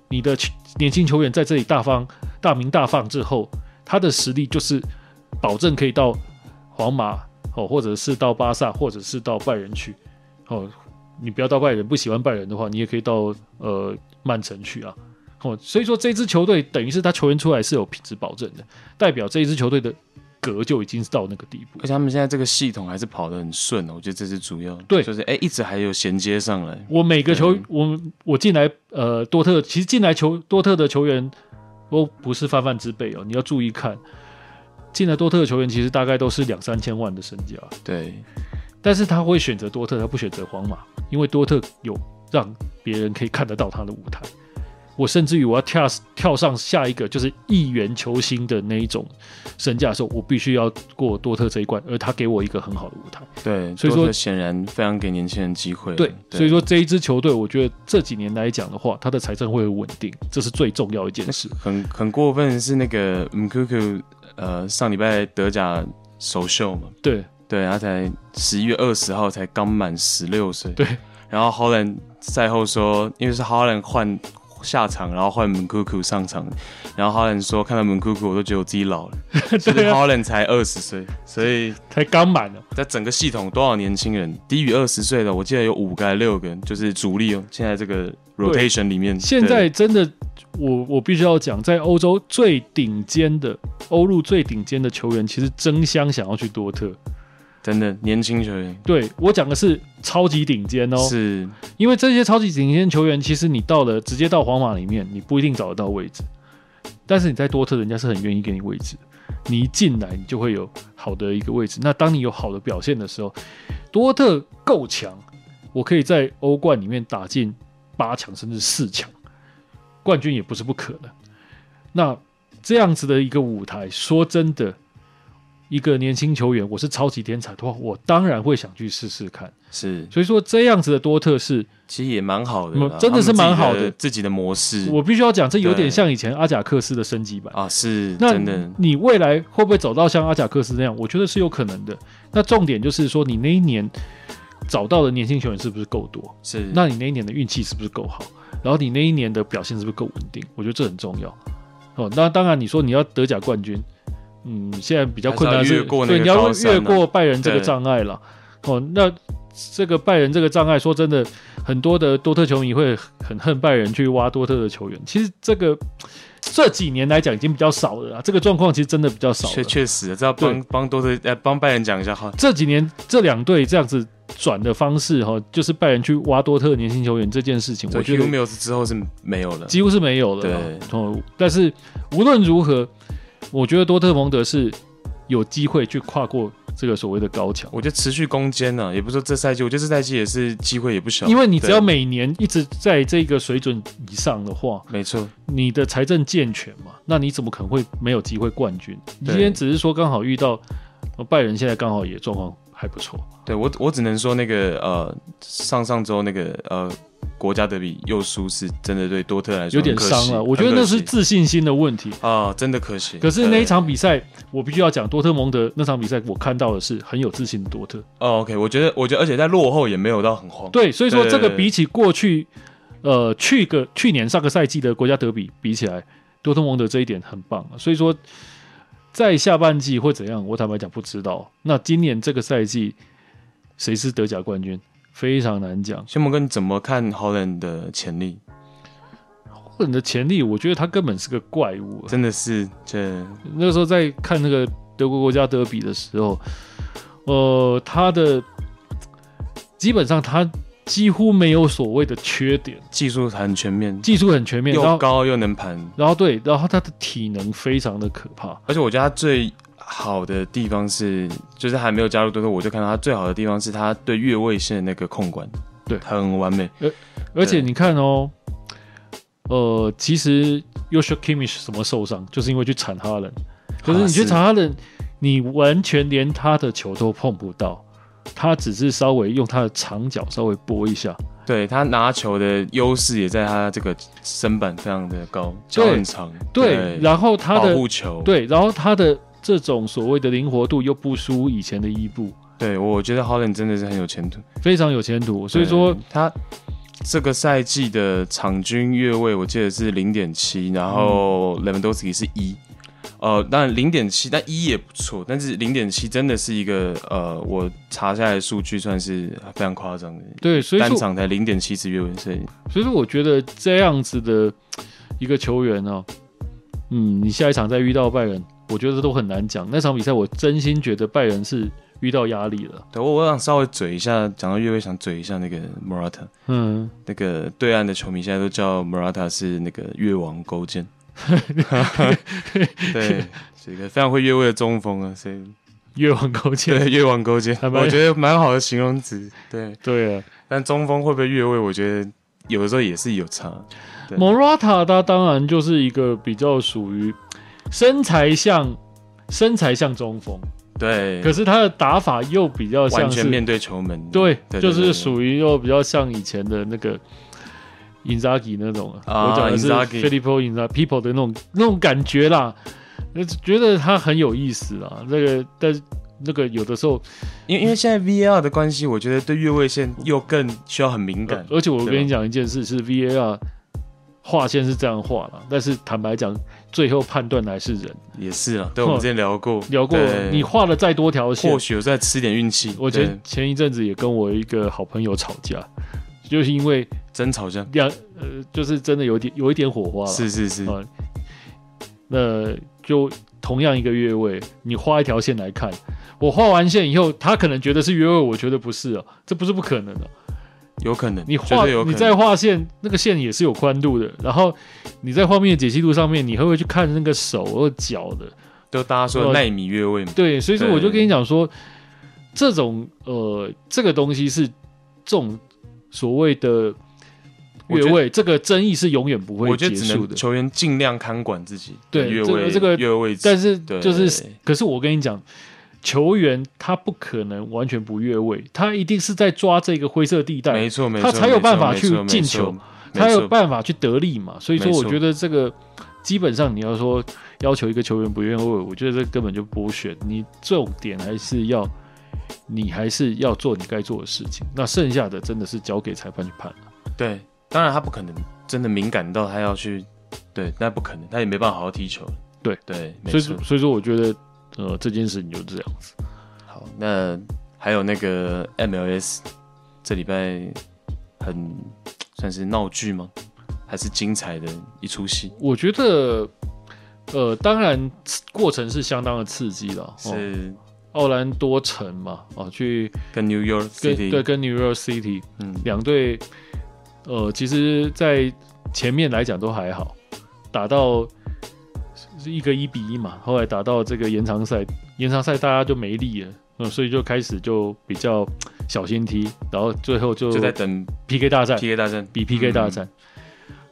你的球年轻球员在这里大方大名大放之后，他的实力就是保证可以到皇马哦，或者是到巴萨，或者是到拜仁去哦。你不要到拜仁，不喜欢拜仁的话，你也可以到呃曼城去啊。哦，所以说这支球队等于是他球员出来是有品质保证的，代表这一支球队的格就已经是到那个地步
而。且他们现在这个系统还是跑得很顺哦，我觉得这是主要。
对
就是哎、一直还有衔接上来。
我每个球
对，
我我进来，呃，多特其实进来球多特的球员都不是泛泛之辈哦，你要注意看，进来多特的球员其实大概都是两三千万的身价，
对，
但是他会选择多特，他不选择皇马，因为多特有让别人可以看得到他的舞台。我甚至于我要跳跳上下一个就是亿元球星的那一种身价的时候，我必须要过多特这一关，而他给我一个很好的舞台。
对，
所以说
多特显然非常给年轻人机会。
对，所以说这一支球队，我觉得这几年来讲的话，它的财政会很稳定，这是最重要一件事。
很很过分的是那个 m k u k 呃，上礼拜德甲首秀嘛，
<laughs> 对
对他才十一月二十号才刚满十六岁。
对，
然后 Holland 赛后说，因为是 Holland 换下场，然后换 m k u k 上场，然后 Holland 说看到 m k u k 我都觉得我自己老了，
<laughs>
其实
对啊，
Holland 才二十岁，所以
才刚满啊了，
在整个系统多少年轻人低于二十岁的，我记得有五个还六个，就是主力哦。现在这个 rotation 里面，
现在真的，我我必须要讲，在欧洲最顶尖的欧陆最顶尖的球员，其实争相想要去多特。
真的年轻球员、
对我讲的是超级顶尖哦，
是
因为这些超级顶尖球员，其实你到了直接到皇马里面，你不一定找得到位置，但是你在多特，人家是很愿意给你位置。你一进来，你就会有好的一个位置。那当你有好的表现的时候，多特够强，我可以在欧冠里面打进八强甚至四强，冠军也不是不可能。那这样子的一个舞台，说真的，一个年轻球员，我是超级天才的话，我当然会想去试试看。
是，
所以说，这样子的多特是
其实也蛮好的啦，
嗯真的是蛮好的
他们自己自己的模式
我必须要讲，这有点
对
像以前阿贾克斯的升级版。
啊，是
那
真的
你未来会不会走到像阿贾克斯那样？我觉得是有可能的。那重点就是说，你那一年找到的年轻球员是不是够多？
是
那你那一年的运气是不是够好？然后你那一年的表现是不是够稳定？我觉得这很重要。哦，那当然，你说你要德甲冠军，嗯，现在比较困难
还是
是，
要越过那
对，
个
你要
高山啊
越过拜仁这个
对
障碍了。哦，那这个拜仁这个障碍，说真的，很多的多特球迷会很恨拜仁去挖多特的球员。其实这个这几年来讲已经比较少了啦，这个状况其实真的比较少
确
了。
确实，这要帮帮多特呃帮拜仁讲一下哈，
这几年这两队这样子转的方式，哈、哦，就是拜仁去挖多特年轻球员这件事情，
我
我觉
h u
得
m i l s 之后是没有了，
几乎是没有了啦。
对
哦，但是无论如何，我觉得多特蒙德是有机会去跨过这个所谓的高墙，
我觉得持续攻坚呢、也不是说这赛季，我觉得这赛季也是机会也不小，
因为你只
对
要每年一直在这个水准以上的话，
没错，
你的财政健全嘛，那你怎么可能会没有机会冠军？你
对
今天只是说刚好遇到呃拜仁，现在刚好也状况还不错，
对我我只能说那个呃上上周那个呃国家德比又输是真的对多特来说
有点
很可
伤
惜
了。我觉得那是
很可惜
自信心的问题。
啊，真的可惜。
可是那一场比赛，我必须要讲，多特蒙德那场比赛，我看到的是很有自信的多特。
对哦，OK，我觉得我觉得而且在落后也没有到很慌，
对，所以说
对
这个比起过去，呃，去个去年上个赛季的国家德比比起来，多特蒙德这一点很棒、啊。所以说，在下半季会怎样，我坦白讲不知道。那今年这个赛季，谁是德甲冠军，非常难讲。
先我们跟你怎么看 Holland 的潜力？
人的潜力，我觉得他根本是个怪物、啊。
真的是这
那个时候在看那个德国国家德比的时候，呃，他的基本上他几乎没有所谓的缺点，
技术很全面，
技术很全面，然
又
后
高又能盘，
然后对，然后他的体能非常的可怕，
而且我觉得他最好的地方是，就是还没有加入队后，我就看到他最好的地方是他对越位线的那个控管，
对
很完美。
而且
对
你看哦，呃，其实 y o s h a Kimmich 什么受伤，就是因为去铲哈人，可是
啊
你去
是
铲哈人，你完全连他的球都碰不到，他只是稍微用他的长脚稍微拨一下，
对他拿球的优势也在他这个身板非常的高，脚很长，
对，然后他
保
的
护球，
对，然后他的这种所谓的灵活度又不输以前的伊布，
对我觉得 Holland 真的是很有前途。
非常有前途。所以说
对他这个赛季的场均越位，我记得是零点七，然
嗯
后 Lewandowski 是一。呃，当然零点七，但一也不错，但是零点七真的是一个呃，我查下来的数据算是非常夸张的，
对，所以
单
说
场才零点七次越位，所以
所以说，我觉得这样子的一个球员哦，嗯，你下一场再遇到拜仁，我觉得都很难讲。那场比赛，我真心觉得拜仁是遇到压力了。
对我我想稍微嘴一下，讲到越位想嘴一下那个 Morata，
嗯，
那个对岸的球迷现在都叫 Morata 是那个越王勾
<laughs>
践， <laughs> 对，是一个非常会越位的中锋啊，所以
越王勾
<laughs>
践。
对，越王勾践，
还蛮
我觉得蛮好的形容词。对，
对啊
但中锋会不会越位，我觉得有的时候也是有差。对
，Morata 他当然就是一个比较属于身材像身材像中锋，
对，
可是他的打法又比较
完
像
全
是
面对球门。
对，
对
就
对
是
对
属于又比较像以前的那个 Inzaghi 那种
啊
我讲的是
Inzaghi
Filippo Inzaghi people 的那种那种感觉啦，呃觉得他很有意思啊。那个，但是那个有的时候，
因为因为现在 VR 的关系，我觉得对越位线又更需要很敏
呃
感。
而且我
对吧
跟你讲一件事，是 VAR 划线是这样画了，但是坦白讲，最后判断的还是人。
也是啊，对，我们之前聊过，
哦聊过
对
你画了再多条线
或，许有时候再吃点运气。
我前
对
前一阵子也跟我一个好朋友吵架，就是因为
真吵架，
两呃，就是真的有点有一点火花了。
是是是，
啊那就同样一个越位，你画一条线来看，我画完线以后，他可能觉得是越位，我觉得不是啊，这不是不可能的、
有可能，
你
绝
画
对有可
你
能
再画线，那个线也是有宽度的，然后你在画面的解析度上面，你会不会去看那个手和脚的？
都大家说的
呃
奈米越位嘛，
对，所以说
对
我就跟你讲说，这种呃，这个东西是这种所谓的
我
越
觉得
位，这个争议是永远不会
我觉
结
得只
束
能
的。
球员尽量看管自己的
对
越
这个
位
这个
越位置，
但是
对
就是，可是我跟你讲，球员他不可能完全不越位，他一定是在抓这个灰色地带
没，错没错，
他才有办法
没错
去
没错
进
没
球
错没
他有
错
办法去得力嘛。所以说，
没错
我觉得这个基本上你要说要求一个球员不越位，我觉得这根本就剥削。你重点还是要，你还是要做你该做的事情。那剩下的真的是交给裁判去判了。
对，当然他不可能真的敏感到他要去，对，那不可能，他也没办法好好踢球。
对
对，没
所以
错
说，。所以说，我觉得呃这件事情就是这样子。
好，那还有那个 MLS 这礼拜很算是闹剧吗？还是精彩的一出戏？
我觉得，呃，当然过程是相当的刺激了。哦，
是
奥兰多城嘛，哦，去
跟 New York
跟
City
对跟 New York City
嗯，
两队，呃，其实，在前面来讲都还好，打到是一个一比一嘛，后来打到这个延长赛，延长赛大家就没力了，嗯，所以就开始就比较小心踢，然后最后就
就在等
PK 大战，
PK 大战，
比 PK
嗯
大战，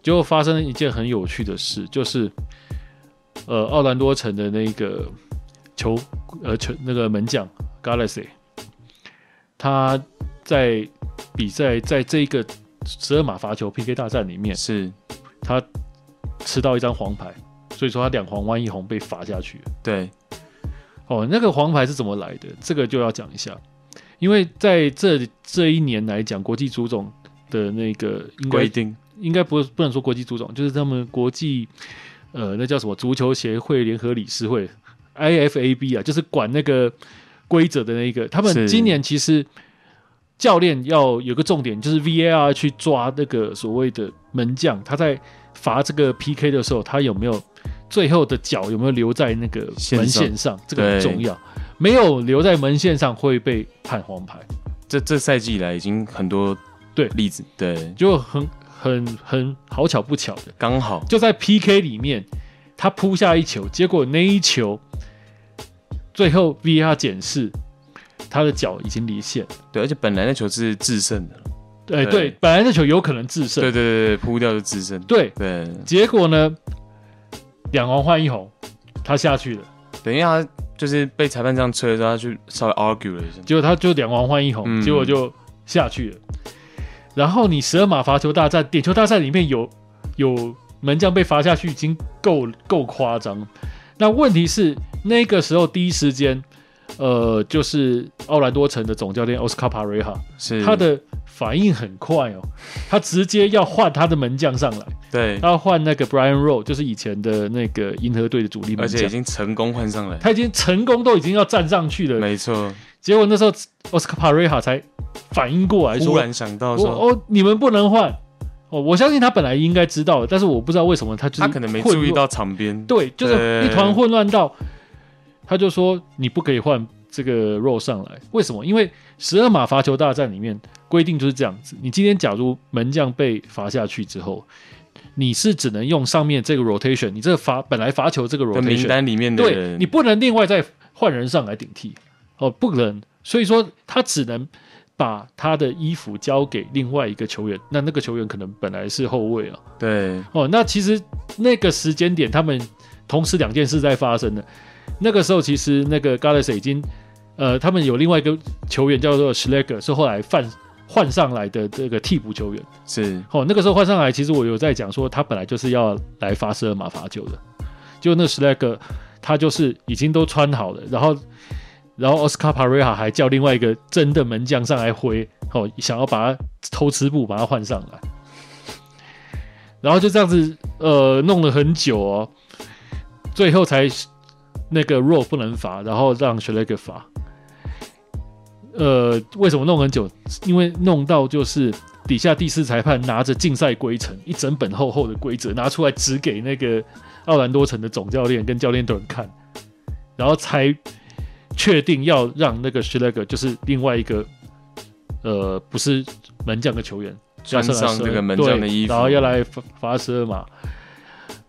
结果发生一件很有趣的事，就是呃，奥兰多城的那个球呃球那个门将 Galaxy，他在比赛在这个十二码罚球 PK 大战里面，
是
他吃到一张黄牌，所以说他两黄弯一红被罚下去了。
对
哦，那个黄牌是怎么来的？这个就要讲一下，因为在这这一年来讲，国际足总的那个应该
规定，
应该不不能说国际足总，就是他们国际呃那叫什么足球协会联合理事会 IFAB 啊，就是管那个规则的那一个。他们
是
今年其实教练要有个重点，就是 VAR 去抓那个所谓的门将，他在罚这个 PK 的时候，他有没有最后的脚有没有留在那个
线
门
上
线上？这个很
对
重要，没有留在门线上会被判黄牌，
这这赛季以来已经很多
对
例子，对，
就很很很好巧不巧的，
刚好
就在 PK 里面，他扑下一球，结果那一球最后 VR 检视他的脚已经离线。
对，而且本来那球是制胜的，
哎、
对
对，本来那球有可能制胜，
对对对对，扑掉就制胜，
对，
对，
结果呢，两黄换一红，他下去了。
等一下他就是被裁判这样吹的时候，他去稍微 argue 了一下，
结果他就两黄换一红，
嗯
结果就下去了。然后你十二码罚球大战、点球大战里面有有门将被罚下去，已经够够夸张。那问题是那个时候第一时间，呃，就是奥兰多城的总教练奥斯卡帕瑞哈，
是
他的反应很快哦，他直接要换他的门
<laughs>
将上来，
对，
他要换那个 Brian Rowe，就是以前的那个银河队的主力门
而且已
将，
经成功换上来，
他已经成功都已经要站上去了，
没错，
结果那时候奥斯卡帕瑞哈才反应过来说
忽：“然想到
我
说，
哦，你们不能换。”哦，我相信他本来应该知道的，但是我不知道为什么他就是
他可能没
混
注意
乱，
到场边，
对，就是
对
一团混乱到，他就说你不可以换这个肉上来，为什么？因为十二码罚球大战里面规定就是这样子，你今天假如门将被罚下去之后，你是只能用上面这个 rotation，你这个罚本来罚球这个
的名
rotation，
单里面的
对
人，
你不能另外再换人上来顶替，哦，不能。所以说他只能把他的衣服交给另外一个球员，那那个球员可能本来是后卫啊，
对
哦，那其实那个时间点他们同时两件事在发生的，那个时候其实那个 g a l a s 已经，呃，他们有另外一个球员叫做 Schlegger，是后来犯。换上来的这个替补球员，
是
哦，那个时候换上来，其实我有在讲说，他本来就是要来发射马罚球的，就那 Schlag 他就是已经都穿好了，然后然后 Oscar Pareja 还叫另外一个真的门将上来挥，哦，想要把他偷吃步把他换上来，然后就这样子呃弄了很久哦，最后才那个 r o 不能罚，然后让 Schlag 罚。呃，为什么弄很久？因为弄到就是底下第四裁判拿着竞赛规程一整本厚厚的规则拿出来，指给那个奥兰多城的总教练跟教练团看，然后才确定要让那个 s c h l e g 就是另外一个呃不是门将的球员
穿
要来
上
射
这个门将的
对
衣服，
然后要来罚罚十二码。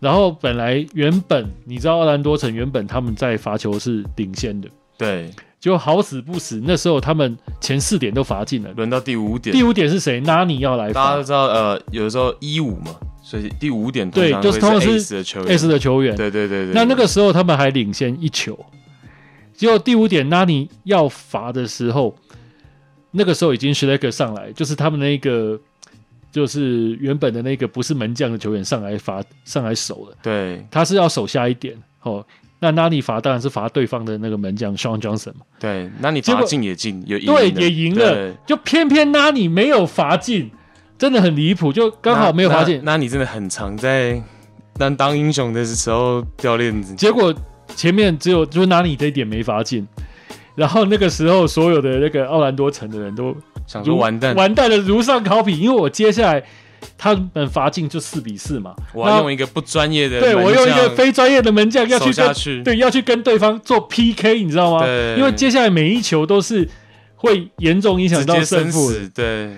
然后本来原本你知道奥兰多城原本他们在罚球是领先的，
对，
就好死不死那时候他们前四点都罚进了。
轮到第五点，
第五点是谁？拉尼要来
大家
罚
都知道，呃，有的时候一五嘛，所以第五点
对
通常
就是通常
会是
是
S 的球员
S 的球员。
对对对对。
那那个时候他们还领先一球，结果第五点拉尼要罚的时候，那个时候已经 s c h l e g 上来，就是他们那个就是原本的那个不是门将的球员上来罚上来守了，
对
他是要守下一点哦。那拉尼罚当然是罚对方的那个门将 Sean Johnson 嘛，
对，那你
结果
罚进也进，有赢
对，
的
也赢了
对，
就偏偏拉尼没有罚进，真的很离谱，就刚好没有罚进，
那那那你真的很常在当当英雄的时候掉链子，
结果前面只有就是拿你这一点没罚进，然后那个时候所有的那个奥兰多城的人都
想说
如
完蛋，
完蛋了，如上考比，因为我接下来他们罚进就四比四嘛，
我要用一个不专业的
对我
门
用一个
将
非专业的门将要去
守下
跟
去，
对要去跟对方做 PK，你知道吗？
对
因为接下来每一球都是会严重影响
直
到
接
胜
生
负的，
死，对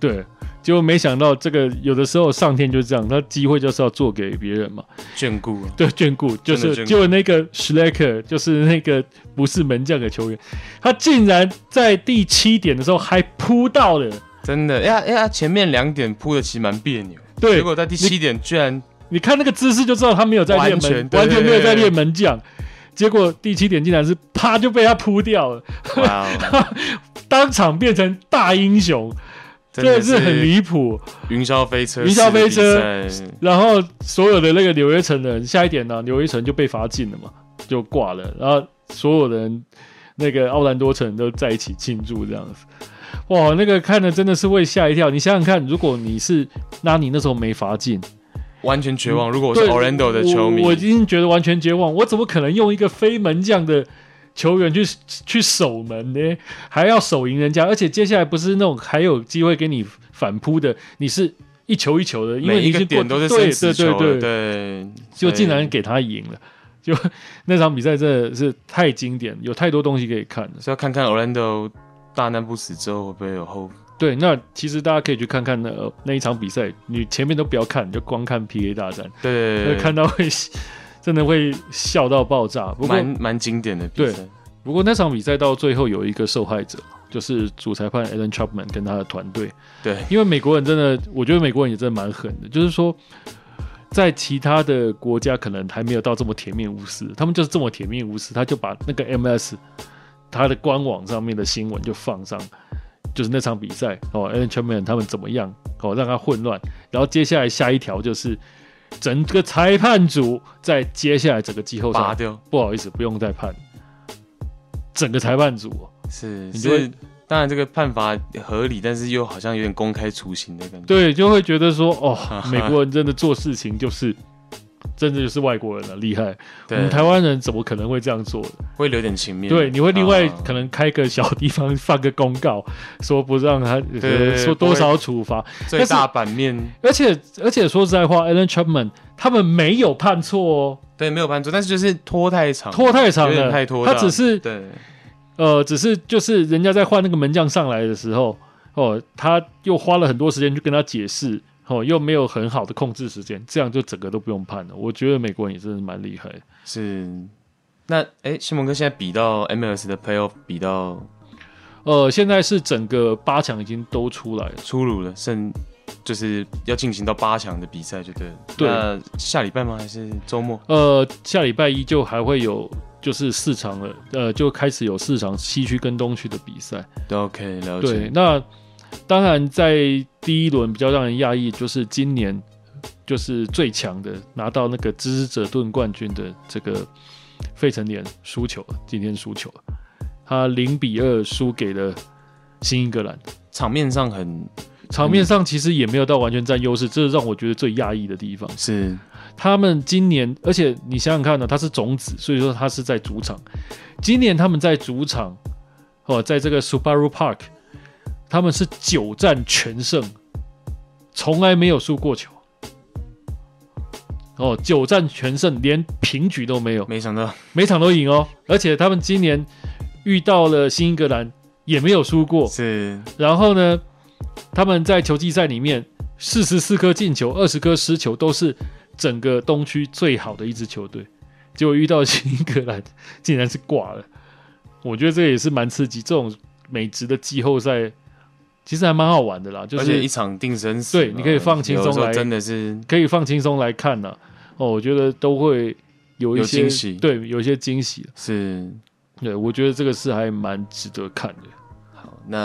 对。结果没想到，这个有的时候上天就是这样，他机会就是要做给别人嘛。
眷顾啊，
对，眷顾就
真的眷
是
顾
就那个 Schlecker，就是那个不是门将的球员，他竟然在第七点的时候还扑到了。
真的，哎呀哎呀，前面两点铺的其实蛮别扭，
对
结，果在第七点居然
你看那个姿势就知道他没有在练
完全
门，
对
完全没有
对
在
对
练门将。结果第七点竟然是啪就被他扑掉了，
哇
<laughs>
哦，
当场变成大英雄，
真
真的
的
是很离谱。
云霄飞车，
云霄飞车
式的比赛，
然后所有的那个纽约城的人，下一点呢、纽约城就被罚进了嘛，就挂了。然后所有的人，那个奥兰多城都在一起庆祝这样子。哇，那个看的真的是会吓一跳。你想想看，如果你是拉尼那时候没罚进，
完全绝望。如果我是
对
Orlando 的球迷，
我，我已经觉得完全绝望。我怎么可能用一个非门将的球员去去守门呢？还要守赢人家，而且接下来不是那种还有机会给你反扑的，你是一球一球的，因为
每
你
一
已
个
经
点
过
都是
对
生死
对
球
对
了，
对，
对，
就
所以
竟然给他赢了。就 <laughs> 那场比赛真的是太经典，有太多东西可以看了。
是要看看 Orlando 大难不死之后会不会有后
对，那其实大家可以去看看那、呃那一场比赛，你前面都不要看，你就光看 PK 大战，
对
那看到会真的会笑到爆炸。不过
蛮蛮经典的比赛，
不过那场比赛到最后有一个受害者，就是主裁判 Alan Chapman 跟他的团队，
对
因为美国人真的，我觉得美国人也真的蛮狠的，就是说。在其他的国家可能还没有到这么铁面无私，他们就是这么铁面无私，他就把那个 MS 他的官网上面的新闻就放上，就是那场比赛哦，Alan Chapman 他们怎么样哦，让他混乱，然后接下来下一条就是整个裁判组在接下来整个季后赛
拔掉
不好意思，不用再判。整个裁判组哦，
是
你就会
是。当然，这个判罚合理，但是又好像有点公开处刑的感觉。
对，就会觉得说，
<laughs>
哦，美国人真的做事情就是，真的就是外国人了、厉害。我
对，
们台湾人怎么可能会这样做？
会留点情面。啊
对，你会另外可
能
能开个小地方放个公告， <laughs> 说不让他
对
呃说多少处罚，
最大版面
而且而且说实在话，Alan Chapman 他们没有判错哦，
对没有判错，但是就是拖太长，
拖太长
啊有点
了，
太拖大
他
了。
只是
对
呃，只是就是人家在换那个门将上来的时候，哦，他又花了很多时间去跟他解释，哦，又没有很好的控制时间，这样就整个都不用判了。我觉得美国人也真的蛮厉害的。
是。那哎，西蒙哥现在比到 MLS 的 Playoff 比到
呃，现在是整个八强已经都出来了，
出炉了，剩就是要进行到八强的比赛，就对了。
对
那下礼拜吗？还是周末？
呃，下礼拜一就还会有就是四场了，呃，就开始有四场西区跟东区的比赛。
对 OK，了
对
解，。
那当然在第一轮比较让人讶异，就是今年呃就是最强的拿到那个支持者盾冠军的这个费城联输球了，今天输球了，他零比二输给了新英格兰。
场面上很
场面上其实也没有到完全占优势，这是让我觉得最讶异的地方。
是
他们今年，而且你想想看呢、他是种子，所以说他是在主场。今年他们在主场，哦，在这个 Subaru Park，他们是九战全胜，从来没有输过球。哦，九战全胜，连平局都没有，
没想到
每场都赢哦。而且他们今年遇到了新英格兰，也没有输过。
是
然后呢，他们在球季赛里面四十四颗进球，二十颗失球，都是整个东区最好的一支球队。结果遇到新英格兰， <laughs> 竟然是挂了。我觉得这个也是蛮刺激，这种美职的季后赛其实还蛮好玩的啦，就
而且一
是
场定生死嘛，
对你可以放轻松
有时候
来
真的是
可以放轻松来看呢、哦，我觉得都会有一
有
些
惊喜
对，有一些惊喜。
是
对，我觉得这个是还蛮值得看的。
好。那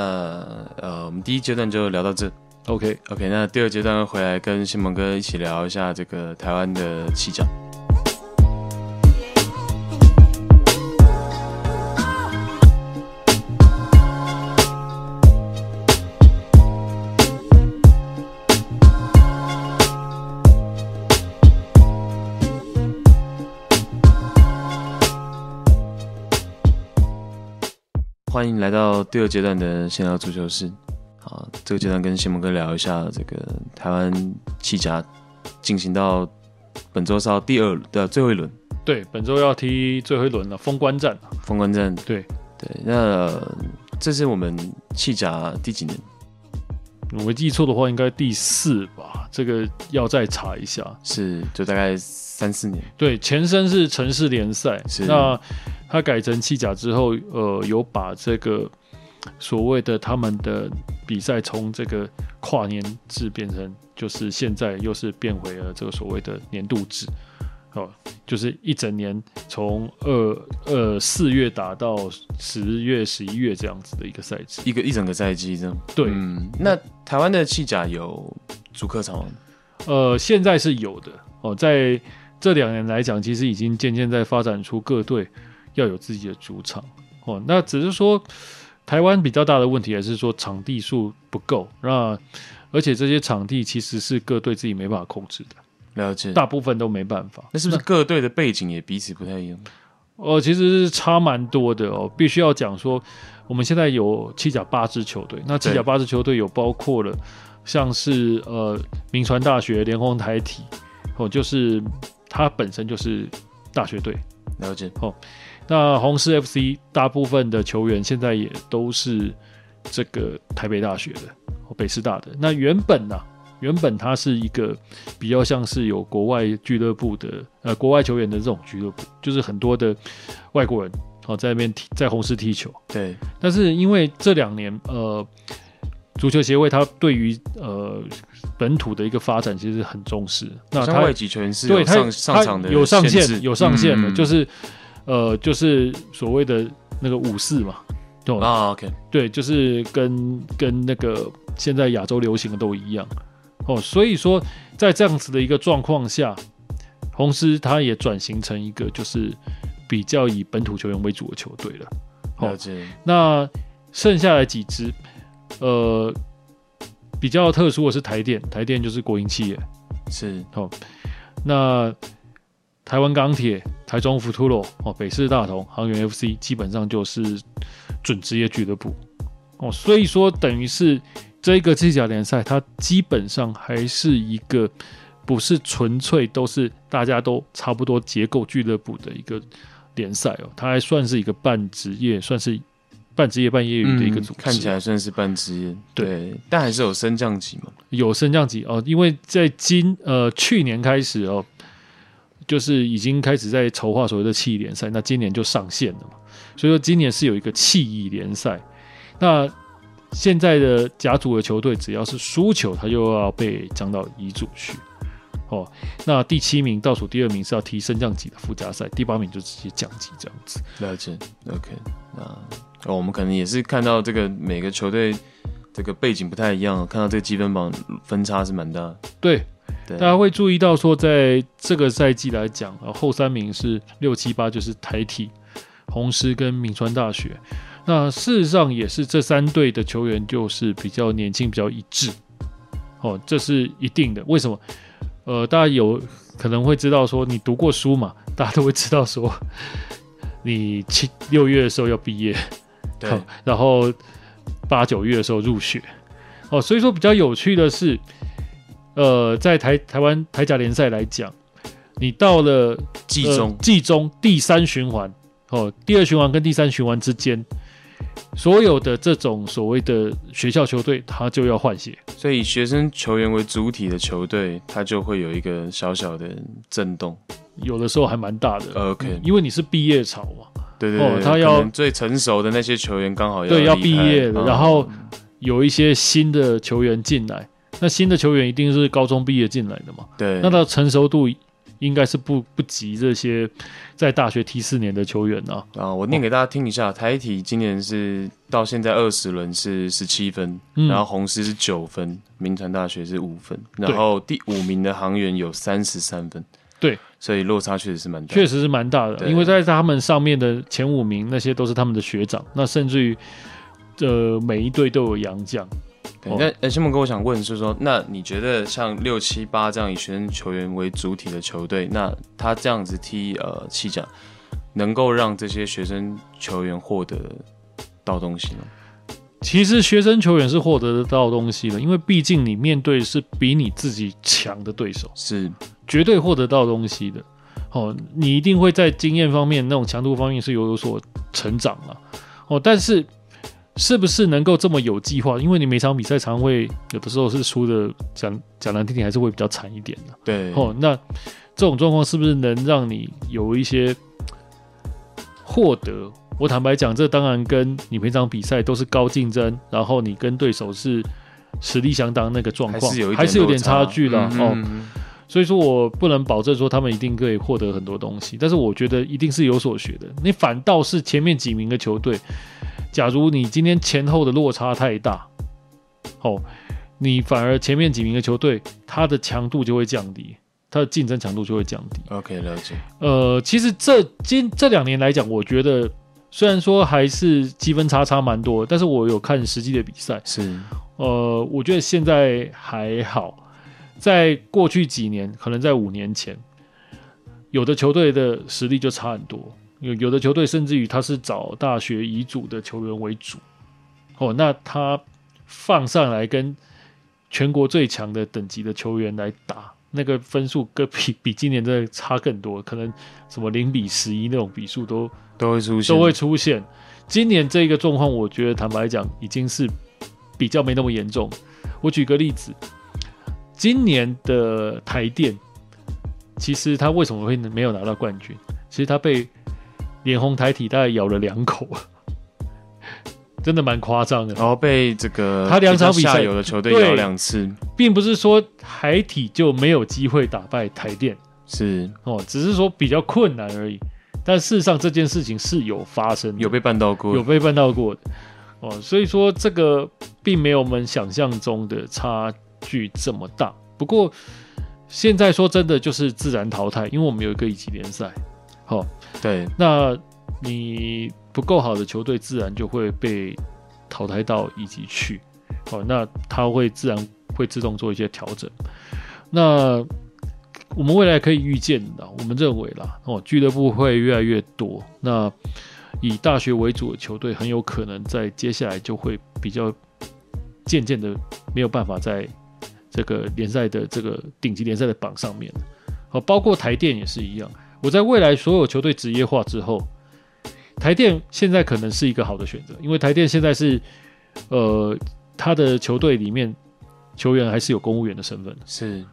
呃，我们第一阶段就聊到这。
OK，
OK，那第二阶段回来跟新蒙哥一起聊一下这个台湾的气象。欢迎来到第二阶段的闲聊足球室。好，这个阶段跟谢蒙哥聊一下这个台湾弃甲进行到本周是到第二的最后一轮
对，本周要踢最后一轮了，封关战。
封关战。
对
对，那、呃这是我们弃甲第几年？
我没记错的话，应该第四吧，这个要再查一下。
是就大概三四年。
对，前身是城市联赛
是，
那它改成弃甲之后，呃，有把这个所谓的他们的比赛从这个跨年制变成，就是现在又是变回了这个所谓的年度制。哦，就是一整年从二呃四月打到十月、十一月这样子的一个赛制。
一个一整个赛季这样，
对
嗯，那台湾的弃甲有主客场吗？
呃，现在是有的哦，在这两年来讲，其实已经渐渐在发展出各队要有自己的主场哦。那只是说，台湾比较大的问题还是说场地数不够，那而且这些场地其实是各队自己没办法控制的，
了解。
大部分都没办法。
那是不是各队的背景也彼此不太一样？
哦，其实是差蛮多的哦。必须要讲说，我们现在有七甲八支球队，那七
对
甲八支球队有包括了像是呃明传大学、联弘台体，哦，就是它本身就是大学队。
了解，
那红狮 FC 大部分的球员现在也都是这个台北大学的，哦北师大的。那原本呢、原本它是一个比较像是有国外俱乐部的，呃，国外球员的这种俱乐部，就是很多的外国人哦在那边踢，在红狮踢球。
对，
但是因为这两年，呃，足球协会它对于呃本土的一个发展其实很重视。那
好
它
像外籍球员是
对
有
它
上上场的
有上
限
限，
制，
有上限的，
嗯
就是呃，就是所谓的那个五四嘛，懂吗？
啊，OK，
对，就是跟跟那个现在亚洲流行的都一样哦。所以说，在这样子的一个状况下，红狮它也转型成一个就是比较以本土球员为主的球队了。好
了解，
那剩下来几支，呃，比较特殊的是台电，台电就是国营企业。
是
那台湾钢铁、台中福图罗、哦北市大同、航源 FC 基本上就是准职业俱乐部哦，所以说等于是这个机甲联赛，它基本上还是一个不是纯粹都是大家都差不多结构俱乐部的一个联赛哦，它还算是一个半职业，算是半职业半业余的一个
嗯
组织，
看起来算是半职业，
对
对，但还是有升降级嘛，
有升降级哦，因为在今呃去年开始哦，就是已经开始在筹划所谓的气联赛，那今年就上线了嘛，所以说今年是有一个气乙联赛。那现在的甲组的球队只要是输球，他又要被降到乙组去。哦，那第七名倒数第二名是要踢升降级的附加赛，第八名就直接降级这样子。
了解，OK，那、哦我们可能也是看到这个每个球队这个背景不太一样，看到这个积分榜分差是蛮大的，
对，啊
对，
大家会注意到说，在这个赛季来讲，呃，后三名是六七八，就是台体、红狮跟闽川大学。那事实上也是这三队的球员就是比较年轻，比较一致。哦，这是一定的。为什么？呃，大家有可能会知道说，你读过书嘛，大家都会知道说，你七六月的时候要毕业，
对
好，然后八九月的时候入学。哦，所以说比较有趣的是，呃，在台台湾台甲联赛来讲，你到了
季
呃
中
季中第三循环，哦，第二循环跟第三循环之间，所有的这种所谓的学校球队，他就要换血。
所以学生球员为主体的球队，它就会有一个小小的震动。
有的时候还蛮大的
呃 OK
因为你是毕业潮嘛，
对对对，
哦他
可
要
能最成熟的那些球员刚好要
对，要
离
毕
开
业了，
嗯
然后有一些新的球员进来，那新的球员一定是高中毕业进来的嘛，
对，
那他的成熟度应该是不不及这些在大学踢四年的球员啊。
啊，我念给大家听一下，台体今年是到现在二十轮是十七分，
嗯
然后红狮是九分，明传大学是五分，然后第五名的航员有三十三分，
对，
所以落差确实是蛮大的，
确实是蛮大的，
对
因为在他们上面的前五名，那些都是他们的学长，那甚至于呃每一队都有洋将。
对
哦
那呃，新梦哥，我想问是说，那你觉得像六七八这样以学生球员为主体的球队，那他这样子踢呃七甲，能够让这些学生球员获得到东西吗？
其实学生球员是获得得到东西的，因为毕竟你面对是比你自己强的对手，
是
绝对获得到东西的。哦，你一定会在经验方面、那种强度方面是有有所成长了。哦，但是是不是能够这么有计划？因为你每场比赛常会有的时候是输的，讲讲难听点还是会比较惨一点的。
对，
哦，那这种状况是不是能让你有一些获得？我坦白讲，这当然跟你平常比赛都是高竞争，然后你跟对手是实力相当那个状
还
况
是有，一
还是有点
落差
差距了、
嗯
哦。
嗯嗯
所以说我不能保证说他们一定可以获得很多东西，但是我觉得一定是有所学的。你反倒是前面几名的球队，假如你今天前后的落差太大，哦，你反而前面几名的球队，它的强度就会降低，它的竞争强度就会降低。
OK，了解，
呃，其实这今这两年来讲，我觉得虽然说还是积分差差蛮多，但是我有看实际的比赛，
是
呃，我觉得现在还好，在过去几年，可能在五年前，有的球队的实力就差很多，有有的球队甚至于他是找大学乙组的球员为主，哦，那他放上来跟全国最强的等级的球员来打，那个分数跟比比今年真的差更多，可能什么零比十一那种比数都
都会出现，
都会出现。今年这个状况，我觉得坦白讲已经是比较没那么严重。我举个例子，今年的台电，其实他为什么会没有拿到冠军？其实他被脸红台体大概咬了两口， <laughs> 真的蛮夸张的。
然后被这个
他两场比赛
较下游的球队
对
咬两次，
并不是说海体就没有机会打败台电
是
哦，只是说比较困难而已。但事实上这件事情是有发生的，
有被绊到过，
有被绊到过的哦，所以说这个并没有我们想象中的差距这么大。不过现在说真的就是自然淘汰，因为我们有一个乙级联赛，好、
对，
那你不够好的球队自然就会被淘汰到乙级去，哦，那它会自然会自动做一些调整。那我们未来可以预见的，我们认为啦，哦，俱乐部会越来越多，那以大学为主的球队很有可能在接下来就会比较渐渐的没有办法在这个联赛的这个顶级联赛的榜上面，哦，包括台电也是一样。我在未来所有球队职业化之后，台电现在可能是一个好的选择，因为台电现在是呃，他的球队里面球员还是有公务员的身份，
是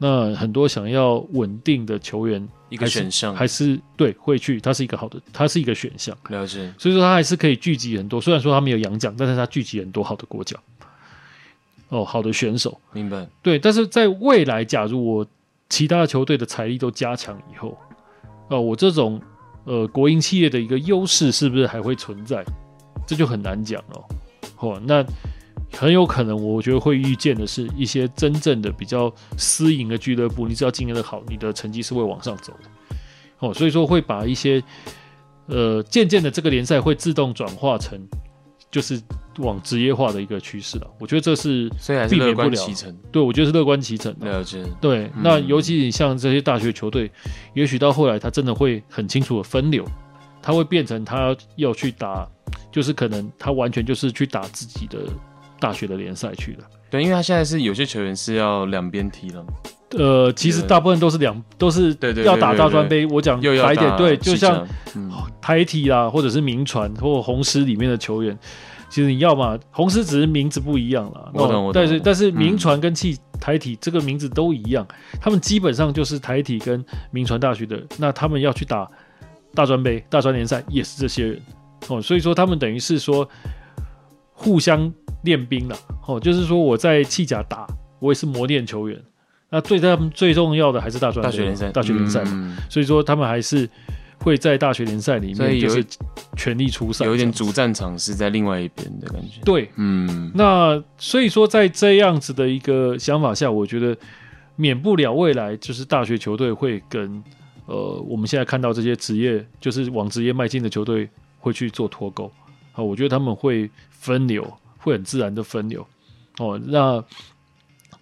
那很多想要稳定的球员
一个选项，
还是对会去，它是一个好的，它是一个选项，
了解，
所以说它还是可以聚集很多。虽然说它没有洋将，但是它聚集很多好的国脚，哦，好的选手。
明白，
对，但是在未来，假如我其他球队的财力都加强以后，呃，我这种呃国营企业的一个优势是不是还会存在？这就很难讲了。哦，那很有可能，我觉得会遇见的是一些真正的比较私营的俱乐部，你只要经营的好，你的成绩是会往上走的。哦，所以说会把一些呃渐渐的这个联赛会自动转化成就是往职业化的一个趋势了。我觉得这是
所以还是
避免
乐观
不了
其成，
对我觉得是乐观其成的。哦
了解，
对，
嗯
那尤其你像这些大学球队，也许到后来他真的会很清楚的分流，他会变成他要去打，就是可能他完全就是去打自己的大学的联赛去了。
对，因为他现在是有些球员是要两边踢了，
呃，其实
对
大部分都是两都是
对对对
要打
对
大
对
专杯，我讲
又要
嗯白一点，
打
对，就
西甲
像哦
嗯
台体啦，或者是名传或红狮里面的球员，其实你要嘛，红狮只是名字不一样啦，
我懂
哦
我懂
但是但是名
嗯
传跟气台体这个名字都一样，他们基本上就是台体跟名传大学的，那他们要去打大专杯、大专联赛也是这些人哦，所以说他们等于是说互相练兵了哦，就是说我在气甲打，我也是磨练球员。那对他们最重要的还是大专
大
杯
学
嘛
联赛，
大学联赛嘛，
嗯
所以说他们还是会在大学联赛里
所以
面
有
就
一
是全力出赛，
有一点
这样
主
子
战场是在另外一边的感觉，
对。
嗯，
那所以说，在这样子的一个想法下，我觉得免不了未来就是大学球队会跟呃我们现在看到这些职业，就是往职业迈进的球队会去做脱钩啊。我觉得他们会分流，会很自然的分流哦。那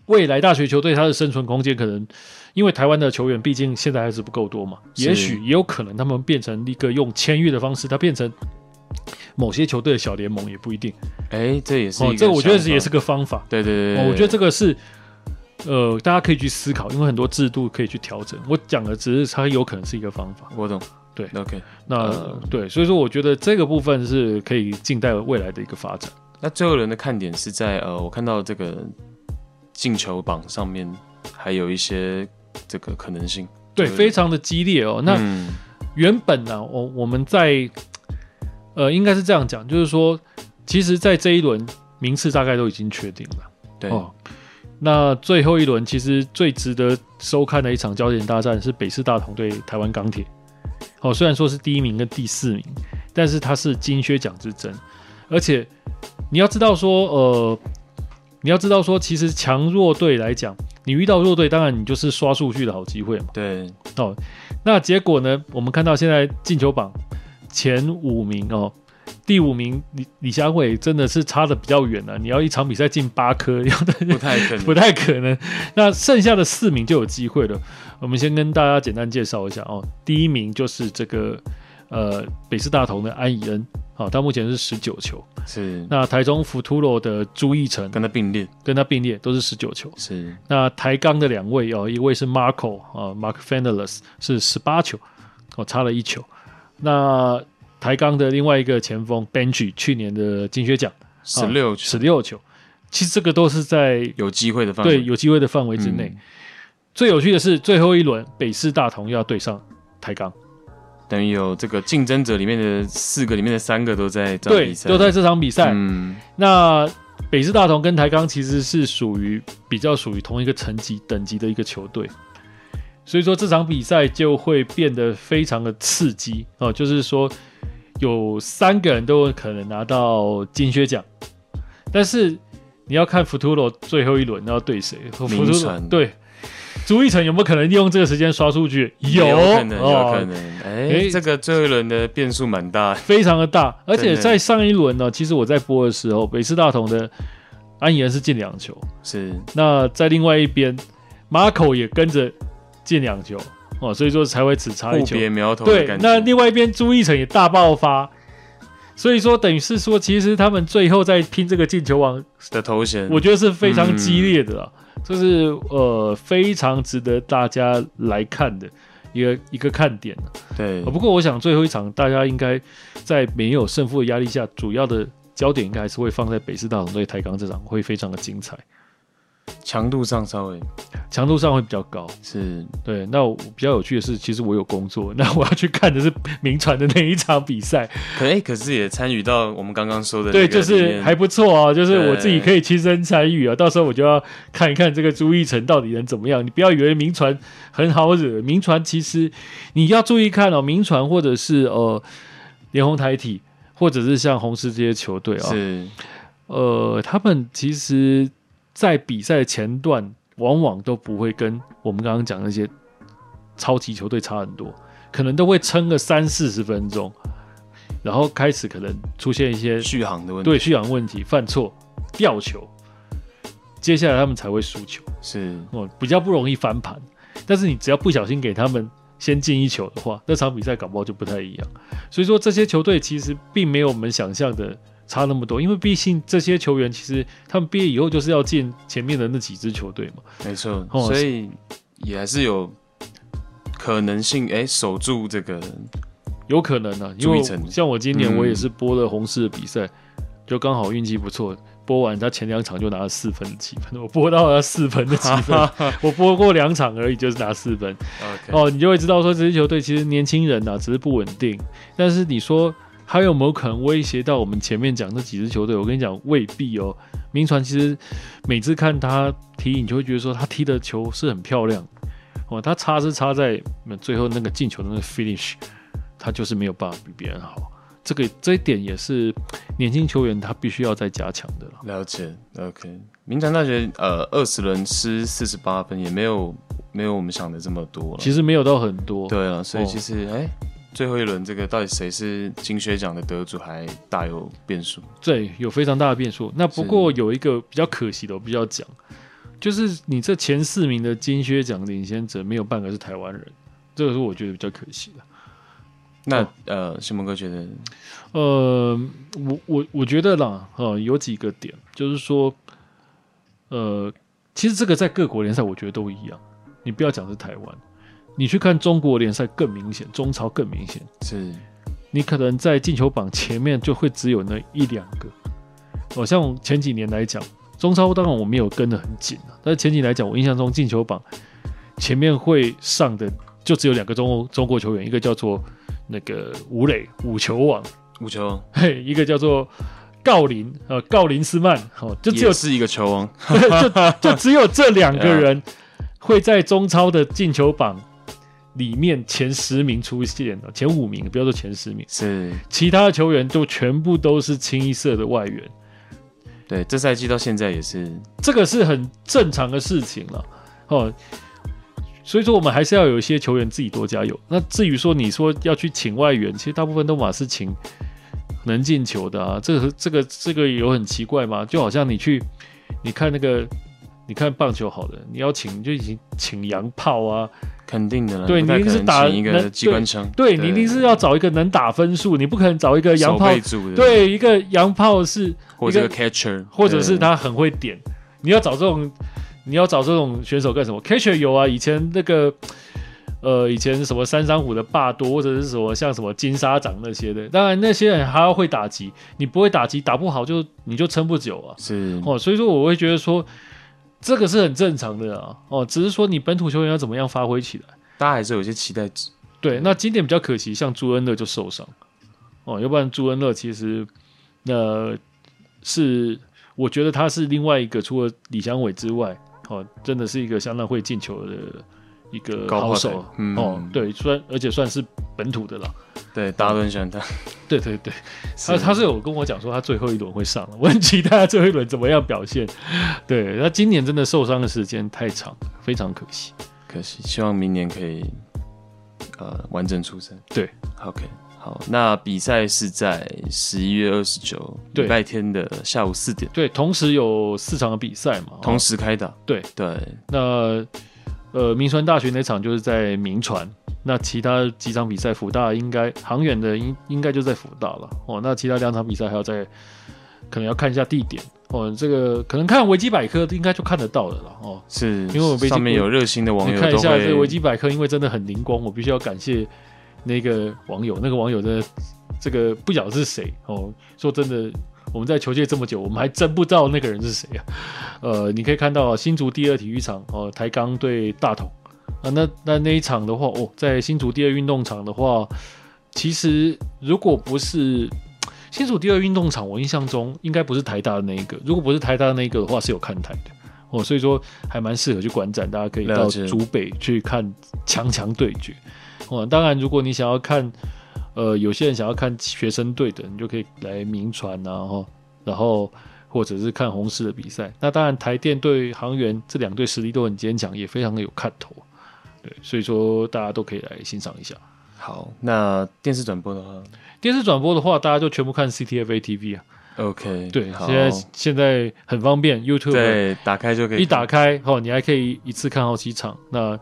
未来大学球队它的生存空间可能，因为台湾的球员毕竟现在还是不够多嘛，
是
也许也有可能他们变成一个用签约的方式，它变成某些球队的小联盟也不一定。
哎，这也是一
哦
个，
这我觉得
想
是
法
也是，个方法。
对对对，
哦，我觉得这
个
个是呃，大家可以去思考，因为很多制度可以去调整。我讲的只是它有可能是一个方法。
我懂，
对
，OK。
那、
呃
对，所以说我觉得这个部分是可以静待未来的一个发展。
那最后人的看点是在呃，我看到这个进球榜上面还有一些这个可能性。
对，
对
非常的激烈哦。那
嗯
原本呢、我我们在呃，应该是这样讲，就是说，其实，在这一轮名次大概都已经确定了。
对，
哦，那最后一轮其实最值得收看的一场焦点大战是北师大同对台湾钢铁。哦，虽然说是第一名跟第四名，但是它是金靴奖之争，而且你要知道说，呃，你要知道说，其实强弱队来讲，你遇到弱队，当然你就是刷数据的好机会嘛。
对，
那结果呢？我们看到现在进球榜前五名哦，第五名李李佳慧真的是差的比较远了、啊你要一场比赛进八颗，要
不太可能。
<laughs> 不太可能。那剩下的四名就有机会了。我们先跟大家简单介绍一下哦。第一名就是这个呃北师大同的安以恩好，到目前是十九球。
是
那台中福图罗的朱义成
跟他并列，
跟他并列，都是十九球。
是
那台钢的两位哦，一位是 Marco 啊、Mark f e n e l e s 是十八球，哦差了一球。那台钢的另外一个前锋 Benji 去年的金靴奖
十六球
十六球，其实这个都是在
有机会的范围，
对有机会的范围之内。
嗯
最有趣的是最后一轮北师大同要对上台钢，
等于有这个竞争者里面的四个里面的三个都在这场
对
比，赛
都在这场比赛。
嗯
那北师大同跟台钢其实是属于比较属于同一个层级等级的一个球队，所以说这场比赛就会变得非常的刺激哦、就是说有三个人都有可能拿到金靴奖，但是你要看福图罗最后一轮要对谁，福图
明
罗
晨
对朱一成有没有可能利用这个时间刷数据？
可能有可
哦，
能，
诶
哎，这个最后一轮的变数蛮大，
非常的大，而且
真的
在上一轮呢，其实我在播的时候，北师大同的安延是进两球。
是
那在另外一边，Marco 也跟着进两球哦，所以说才会只差一
互
球。
别苗头的
对
感，
那
觉，
另外一边朱一成也大爆发，所以说等于是说，其实他们最后在拼这个进球王，
的头衔，
我觉得是非常激烈的啊，就是呃非常值得大家来看的一个一个看点、啊
对
哦不过我想最后一场大家应该在没有胜负的压力下，主要的焦点应该还是会放在北师大同对台钢这场会非常的精彩，
强度上稍微
强度上会比较高。
是
对，那我比较有趣的是，其实我有工作，那我要去看的是名传的那一场比赛。
可哎、可是也参与到我们刚刚说的
<laughs> 对，
那个
就
里
是
面
还不错啊，就是我自己
对
可以亲身参与啊。到时候我就要看一看这个朱一成到底能怎么样。你不要以为名传很好惹，名传其实你要注意看哦，名传或者是呃联红台体，或者是像红狮这些球队啊，
是
呃，他们其实，在比赛前段往往都不会跟我们刚刚讲的那些超级球队差很多，可能都会撑个三四十分钟，然后开始可能出现一些
续航的问题，
对续养问题、犯错、掉球，接下来他们才会输球，
是
哦，比较不容易翻盘。但是你只要不小心给他们先进一球的话，那场比赛搞不好就不太一样。所以说这些球队其实并没有我们想象的差那么多，因为毕竟这些球员其实他们毕业以后就是要进前面的那几支球队嘛。
没错，
哦
所以也还是有可能性，哎、守住这个
有可能啊，因
注意
为
层
像我今年
嗯
我也是播了红狮的比赛，就刚好运气不错，播完他前两场就拿了四分的积分，我播到了四分的积分，我播过两场而已，就是拿四分
OK，、
哦，你就会知道说这支球队其实年轻人呐、啊只是不稳定，但是你说还有没有可能威胁到我们前面讲那几支球队？我跟你讲未必哦，名传其实每次看他踢，你就会觉得说他踢的球是很漂亮哦，他差是差在嗯最后那个进球的那个 finish，他就是没有办法比别人好。这个这一点也是年轻球员他必须要再加强的了。
了解 OK。明传大学呃二十轮失四十八分，也没有没有我们想的这么多了。
其实没有到很多，
对啊，所以
哦
其实哎、最后一轮这个到底谁是金靴奖的得主，还大有变数。
对，有非常大的变数。那不过有一个比较可惜的，我必须要讲，就是你这前四名的金靴奖领先者没有半个是台湾人，这个是我觉得比较可惜的。
那、
哦
呃，西蒙哥觉得
呃，我我我觉得啦，呃，有几个点，就是说，呃，其实这个在各国联赛我觉得都一样，你不要讲是台湾，你去看中国联赛更明显，中超更明显。
是
你可能在进球榜前面就会只有那一两个。哦，像前几年来讲，中超当然我没有跟得很紧啊，但是前几年来讲，我印象中进球榜前面会上的就只有两个中国中国球员，一个叫做那个吴磊五球王， <laughs>
五球，
嘿，一个叫做郜林呃郜林斯曼，哦，就只有
也是一个球王，
就只有这两个
<laughs>
人会在中超的进球榜里面前十名出现的，前五名不要说前十名。
是
其他的球员都全部都是清一色的外援，
对，这赛季到现在也是
这个是很正常的事情了。哦，所以说我们还是要有一些球员自己多加油。那至于说你说要去请外援，其实大部分都马是请能进球的啊。这个这个这个有很奇怪吗？就好像你去你看那个你看棒球好了，你要请就已经请洋炮啊，
肯定的了，
对
不太
你一定是
可能
打
请一
那
个机关枪，
对你一定是要找一个能打分数，你不可能找一个洋
手
炮
背，组的，，
对，一个洋炮是
或者
一
是
个
个 catcher，
或者是
对，
他很会点。你要找这种，你要找这种选手干什么？Catcher 有啊，以前那个，呃，以前什么三山虎的霸多，或者是什么像什么金沙掌那些的，当然那些人还要会打击，你不会打击，打不好就你就撑不久啊。
是
哦，所以说我会觉得说，这个是很正常的啊。哦，只是说你本土球员要怎么样发挥起来。
大家还是有一些期待值，
对，那今年比较可惜，像朱恩乐就受伤哦，要不然朱恩乐其实呃是我觉得他是另外一个除了李祥伟之外，哦，真的是一个相当会进球的一个
高
好
炮
手
台嗯
哦，对，算而且算是本土的了，
对，大家都很喜欢他，
对对对，他他是有跟我讲说他最后一轮会上， <laughs> 我很期待他最后一轮怎么样表现。对，他今年真的受伤的时间太长，非常可惜。
可惜，希望明年可以呃完整出赛。
对
，OK，好，那比赛是在十一月二十九
对
礼拜天的下午四点，
对，同时有四场的比赛嘛，哦
同时开打。
对
对，
那呃，明传大学那场就是在明传，那其他几场比赛，福大应该航远的应应该就在福大了哦。那其他两场比赛还要在，可能要看一下地点哦。这个可能看维基百科应该就看得到了了哦。
是
因为我被
上面有热心的网
你
友
看一
都
下这个维基
会，
百科，因为真的很灵光，我必须要感谢那个网友，那个网友的这个不晓得是谁哦。说真的，我们在球界这么久，我们还真不知道那个人是谁啊。呃，你可以看到新竹第二体育场哦，台钢对大同啊，那那那一场的话，哦，在新竹第二运动场的话，其实如果不是。新竹第二运动场，我印象中应该不是台大的那一个。如果不是台大的那一个的话，是有看台的哦，所以说还蛮适合去观展，大家可以到
了解
竹北去看强强对决哦。当然，如果你想要看，呃，有些人想要看学生队的，你就可以来名传啊，然后然后或者是看红狮的比赛。那当然，台电对航员这两队实力都很坚强，也非常的有看头。对，所以说大家都可以来欣赏一下。
好，那电视转播的话
电视转播的话，大家就全部看 CTFA TV 啊。
，OK，
对，
好
现，在现在很方便，YouTube
对，打开就可以
一打开哦，你还可以一次看好几场。那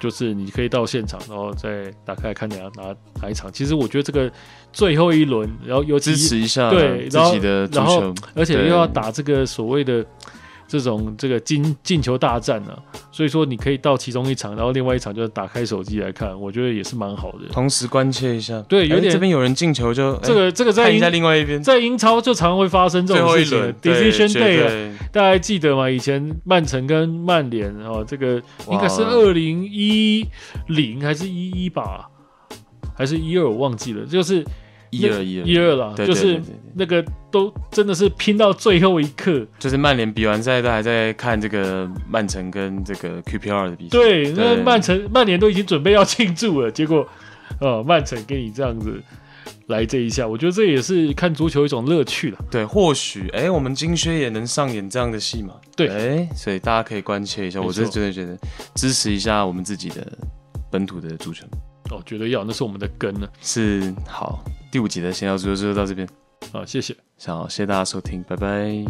就是你可以到现场，然后再打开看哪哪哪一场。其实我觉得这个最后一轮，然后尤其
支持一下
对
自
然后
己的足
然后
球，
而且
对
又要打这个所谓的这种这个进进球大战呢、所以说你可以到其中一场，然后另外一场就打开手机来看，我觉得也是蛮好的。
同时关切一下。
对有
哎
点
这边有人进球就
这
哎
个这个在
看一
英
下另外一边，
在英超就常会发生这
最
种
后
事
一
情
轮对
decision
绝
day 啊，
对
大家还记得吗？以前曼城跟曼联哦，这个应该是
哇
二零一零还是一一吧，还是一二我忘记了，就是
一二一二
一二啦，
对
就
对对
是
对对
那个都真的是拼到最后一
<laughs>
刻。
就是曼联比完赛都还在看这个曼城跟这个 QPR 的比赛，
对，那
对
曼城、曼联都已经准备要庆祝了，结果，呃，曼城给你这样子来这一下，我觉得这也是看足球一种乐趣了。
对，或许哎、我们金靴也能上演这样的戏嘛？
对
哎、所以大家可以关切一下，
没错
我是真的觉得支持一下我们自己的本土的足球
哦，觉得要，那是我们的根啊呢。
是好。第五集的闲聊足球就到这边，
啊，谢谢。
好，谢谢大家收听，拜拜。